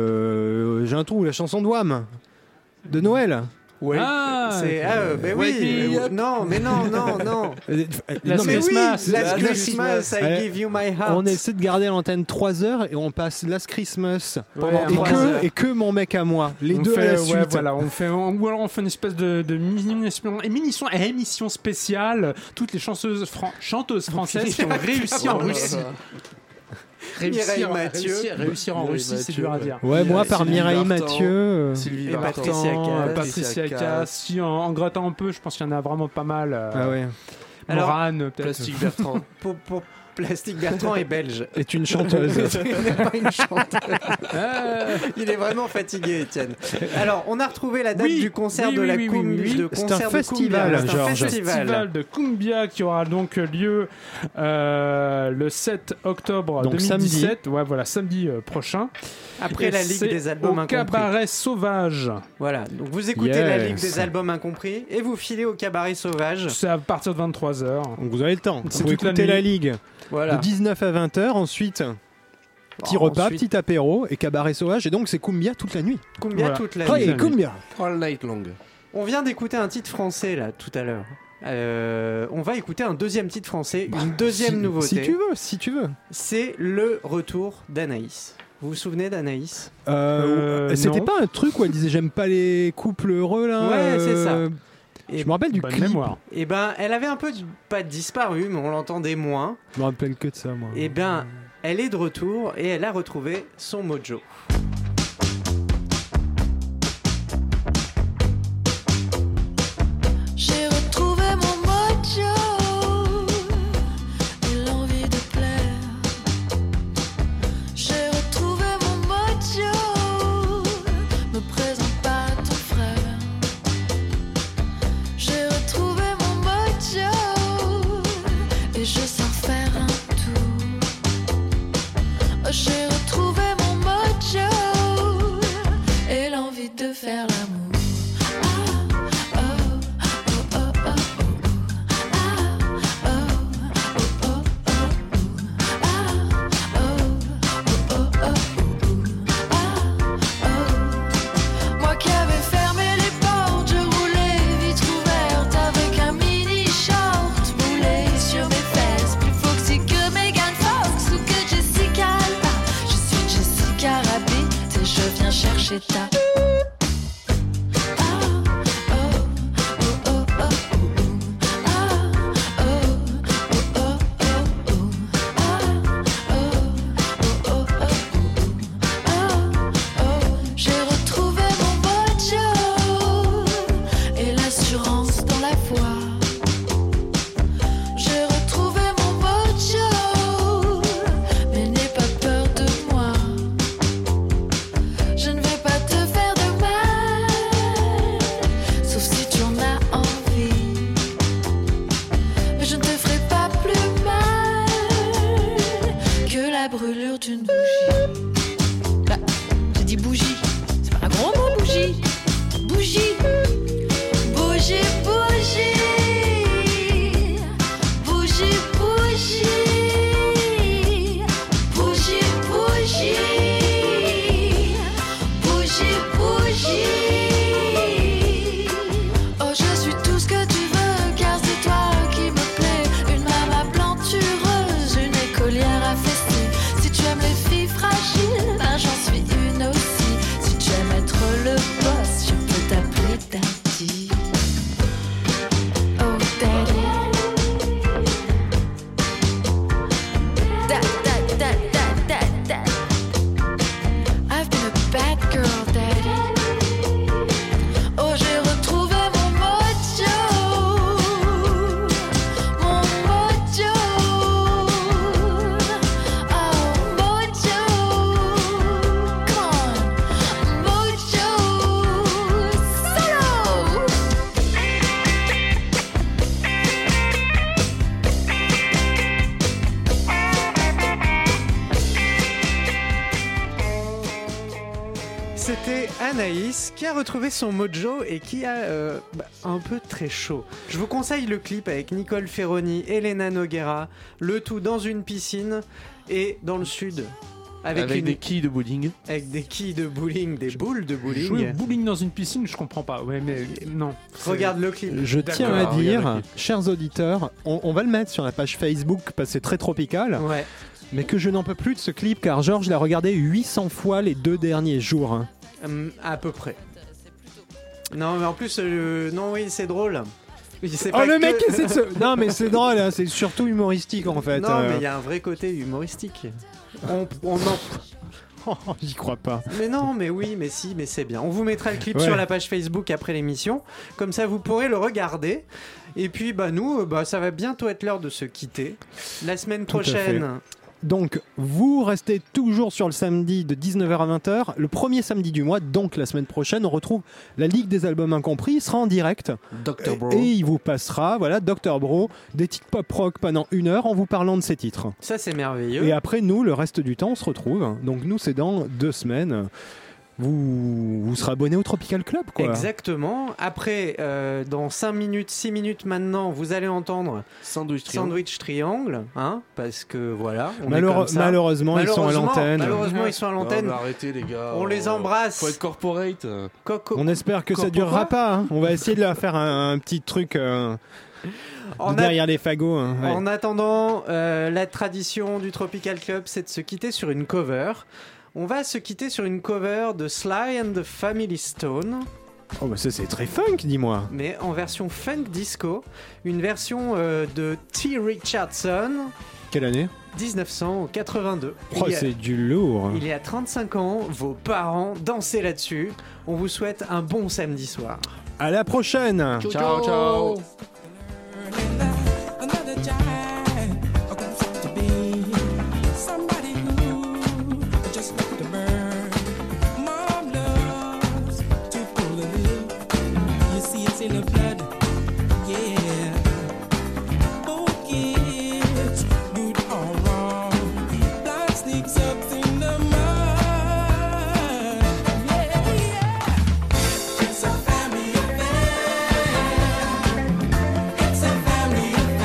S5: euh, J'ai un trou, la chanson de Wham de Noël.
S2: Ouais.
S6: Ah,
S2: c'est ah, euh, ben
S5: Wake
S2: oui.
S5: me
S2: euh,
S5: up.
S2: non, mais non, non, non.
S5: Euh, euh, non, mais-
S2: mais oui,
S6: Christmas.
S2: Last
S5: Last
S2: Christmas,
S5: Christmas.
S2: I give you my heart.
S5: On essaie de garder à l'antenne 3 heures et on passe Last Christmas
S6: Pendant
S5: et,
S6: trois
S5: que,
S2: heures.
S5: et que mon mec à moi, les
S6: on
S5: deux euh,
S6: fait,
S5: à la
S6: ouais,
S5: suite.
S6: voilà, on fait, ou alors on fait une espèce de, de mini émission, émission, émission spéciale. Toutes les chanceuses fran- chanteuses françaises qui ont réussi en Russie.
S2: Mireille
S6: Réussir,
S2: Mathieu.
S6: réussir, réussir en
S4: Mireille
S6: Russie, c'est
S4: Mathieu,
S6: dur à
S4: ouais.
S6: dire.
S5: Ouais, moi par
S4: Sylvie
S5: Mireille
S4: Vartan,
S5: Mathieu. euh,
S4: Sylvie
S2: Et
S4: Vartan,
S2: Patricia
S6: Tant,
S2: Cass.
S6: euh, Patricia Cass, si en, en grattant un peu, je pense qu'il y en a vraiment pas mal. euh,
S5: Ah ouais.
S2: Alors,
S6: Morane, peut-être.
S4: Plastique Bertrand.
S2: Pour, pour Plastique Bertrand est belge.
S5: Est une chanteuse.
S2: Il n'est pas une chanteuse. Il est vraiment fatigué, Étienne. Alors, on a retrouvé la date
S6: Oui,
S2: du concert
S6: oui,
S2: de
S6: oui,
S2: la
S6: oui,
S2: Cum-
S6: oui, oui.
S2: de
S5: C'est un
S2: concert de
S5: festival,
S2: Cumbia. C'est un
S5: Georges.
S2: festival.
S6: festival de Cumbia qui aura donc lieu euh, le 7 octobre
S5: Donc
S6: 2017. Ouais, voilà, samedi euh, prochain.
S2: Après
S6: Et
S2: la Ligue
S6: c'est
S2: des albums
S6: au
S2: incompris.
S6: Cabaret Sauvage.
S2: Voilà. Donc vous écoutez
S5: Yes.
S2: la Ligue des albums incompris et vous filez au cabaret sauvage.
S6: C'est à partir de 23h.
S5: Donc vous avez le temps.
S6: C'est
S5: Vous
S6: toute la
S5: écoutez
S6: nuit.
S5: la ligue
S2: Voilà.
S5: de 19 à 20h. Ensuite, petit
S2: Oh,
S5: repas,
S2: ensuite,
S5: petit apéro et cabaret sauvage. Et donc c'est Cumbia toute la nuit.
S2: Cumbia
S6: Voilà.
S2: toute la
S5: Ah,
S2: nuit.
S5: et Cumbia
S4: All night long.
S2: On vient d'écouter un titre français là tout à l'heure. Euh, on va écouter un deuxième titre français, une deuxième
S5: Bah, si,
S2: nouveauté.
S5: Si tu veux, si tu veux.
S2: C'est le retour d'Anaïs. Vous vous souvenez d'Anaïs
S5: Euh,
S6: Euh,
S5: C'était
S6: non.
S5: pas un truc où elle disait j'aime pas les couples heureux là.
S2: Ouais, c'est ça.
S5: euh,
S2: Et-
S5: Je me rappelle du
S6: Bonne
S5: clip.
S6: mémoire.
S2: Eh ben, elle avait un peu d- pas disparu, mais on l'entendait moins.
S5: Je me rappelle que de ça moi.
S2: Eh ben, elle est de retour et elle a retrouvé son mojo.
S15: J'ai retrouvé mon mojo et l'envie de plaire. J'ai retrouvé mon mojo, me présente pas ton frère. J'ai retrouvé mon mojo et je sors faire un tour. Oh, J'ai retrouvé mon mojo et l'envie de faire l'amour. Ah, oh. Moi qui avais fermé les portes, je roulais vite ouverte avec un mini short moulé sur mes fesses. Plus foxy que Megan Fox ou que Jessica Alba. Je suis Jessica Rabbit et je viens chercher ta. Oh, J'ai retrouvé mon mojo et l'assurance dans la foi. J'ai retrouvé mon mojo, mais n'aie pas peur de moi. Je ne vais pas te la brûlure d'une bougie. Bah, j'ai dit bougie, c'est pas un gros mot bougie. Bougie, bougie, bougie, bougie, bougie, bougie, bougie, bougie, bougie. Oh, je suis tout ce que tu veux, car c'est toi qui me plaît. Une maman plantureuse, une écolière affaissée. Si tu aimes les filles fragiles, ben j'en suis une aussi. Si tu aimes être le boss, je peux t'appeler Daddy. Oh, Daddy. Da, da, da, da, da, da. I've been a bad girl, Daddy. Oh, j'ai retrouvé mon mojo, mon mojo, oh mojo, come on, mojo, solo.
S2: C'était Anaïs qui a retrouvé son mojo et qui a euh, bah, un peu très chaud. Je vous conseille le clip avec Nicole Ferroni, Elena Noguera, le tout dans une piscine et dans le sud.
S4: Avec,
S2: une-
S4: des quilles de bowling.
S2: avec des quilles de bowling, des boules de
S6: Jouer au
S2: bowling.
S6: bowling dans une piscine, je comprends pas. Ouais, mais euh, non. C'est-
S2: Regarde le clip.
S5: Je tiens à
S6: D'accord,
S2: Ah
S5: dire,
S6: regarde
S5: chers auditeurs, on, on va le mettre sur la page Facebook parce que c'est très tropical. Mais que je n'en peux plus de ce clip car Georges l'a regardé 800 fois les deux derniers jours. hein.
S2: Hum, à peu près. Non, mais en plus, euh, non, oui, c'est drôle. C'est
S5: Oh
S2: pas
S5: le
S2: que-
S5: mec essaie de se... Non mais c'est drôle, hein, c'est surtout humoristique en fait.
S2: Non,
S5: euh.
S2: mais il y a un vrai côté humoristique. Oh, On, on en-
S5: J'y crois pas.
S2: Mais non, mais oui, mais si, mais c'est bien. On vous mettra le clip
S5: Ouais.
S2: sur la page Facebook après l'émission. Comme ça, vous pourrez le regarder. Et puis, bah, nous, euh, bah, ça va bientôt être l'heure de se quitter. La semaine
S5: Tout à fait.
S2: prochaine.
S5: Donc, vous restez toujours sur le samedi de 19h à 20h. Le premier samedi du mois, donc la semaine prochaine, on retrouve la Ligue des albums incompris. Il sera en direct.
S4: Dr. Bro.
S5: Et il vous passera, voilà, Dr. Bro, des titres pop rock pendant une heure en vous parlant de ces titres.
S2: Ça, c'est merveilleux.
S5: Et après, nous, le reste du temps, on se retrouve. Donc, nous, c'est dans deux semaines. Vous, vous serez abonné au Tropical Club, quoi.
S2: Exactement. Après, euh, dans 5 minutes, 6 minutes maintenant, vous allez entendre
S4: Sandwich
S2: Triangle, hein, parce que voilà. on est
S5: Malheureux-
S2: comme ça.
S5: malheureusement, ils sont à
S2: Malheureusement,
S5: l'antenne.
S2: Malheureusement, ils sont à l'antenne.
S4: Ah, bah, arrêtez les gars.
S2: On
S6: Oh,
S2: les embrasse.
S4: Faut être corporate.
S5: On espère que ça
S4: Corpo
S5: durera
S4: quoi
S5: pas. hein. On va essayer de leur faire un, un petit truc euh,
S2: En a-
S5: derrière les fagots. hein, ouais.
S2: En attendant, euh, la tradition du Tropical Club, c'est de se quitter sur une cover. On va se quitter sur une cover de Sly and the Family Stone,
S5: Oh, bah ça, c'est très funk, dis-moi.
S2: mais en version funk disco, une version euh, de T. Richardson,
S5: Quelle année
S2: 1982.
S5: Oh,
S2: Il y a-
S5: c'est du lourd.
S2: il y a 35 ans, vos parents dansaient là-dessus. On vous souhaite un bon samedi soir.
S5: À la prochaine.
S4: Ciao, ciao.
S10: another giant I confess to be somebody who just like to burn. Mom loves to pull a lip. You see it's in the blood, yeah. Both kids do it all wrong. Blood sneaks up in the mud, yeah, yeah. It's a family affair. It's a family affair.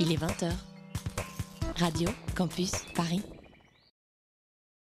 S13: Il est 20h. Radio Campus Paris.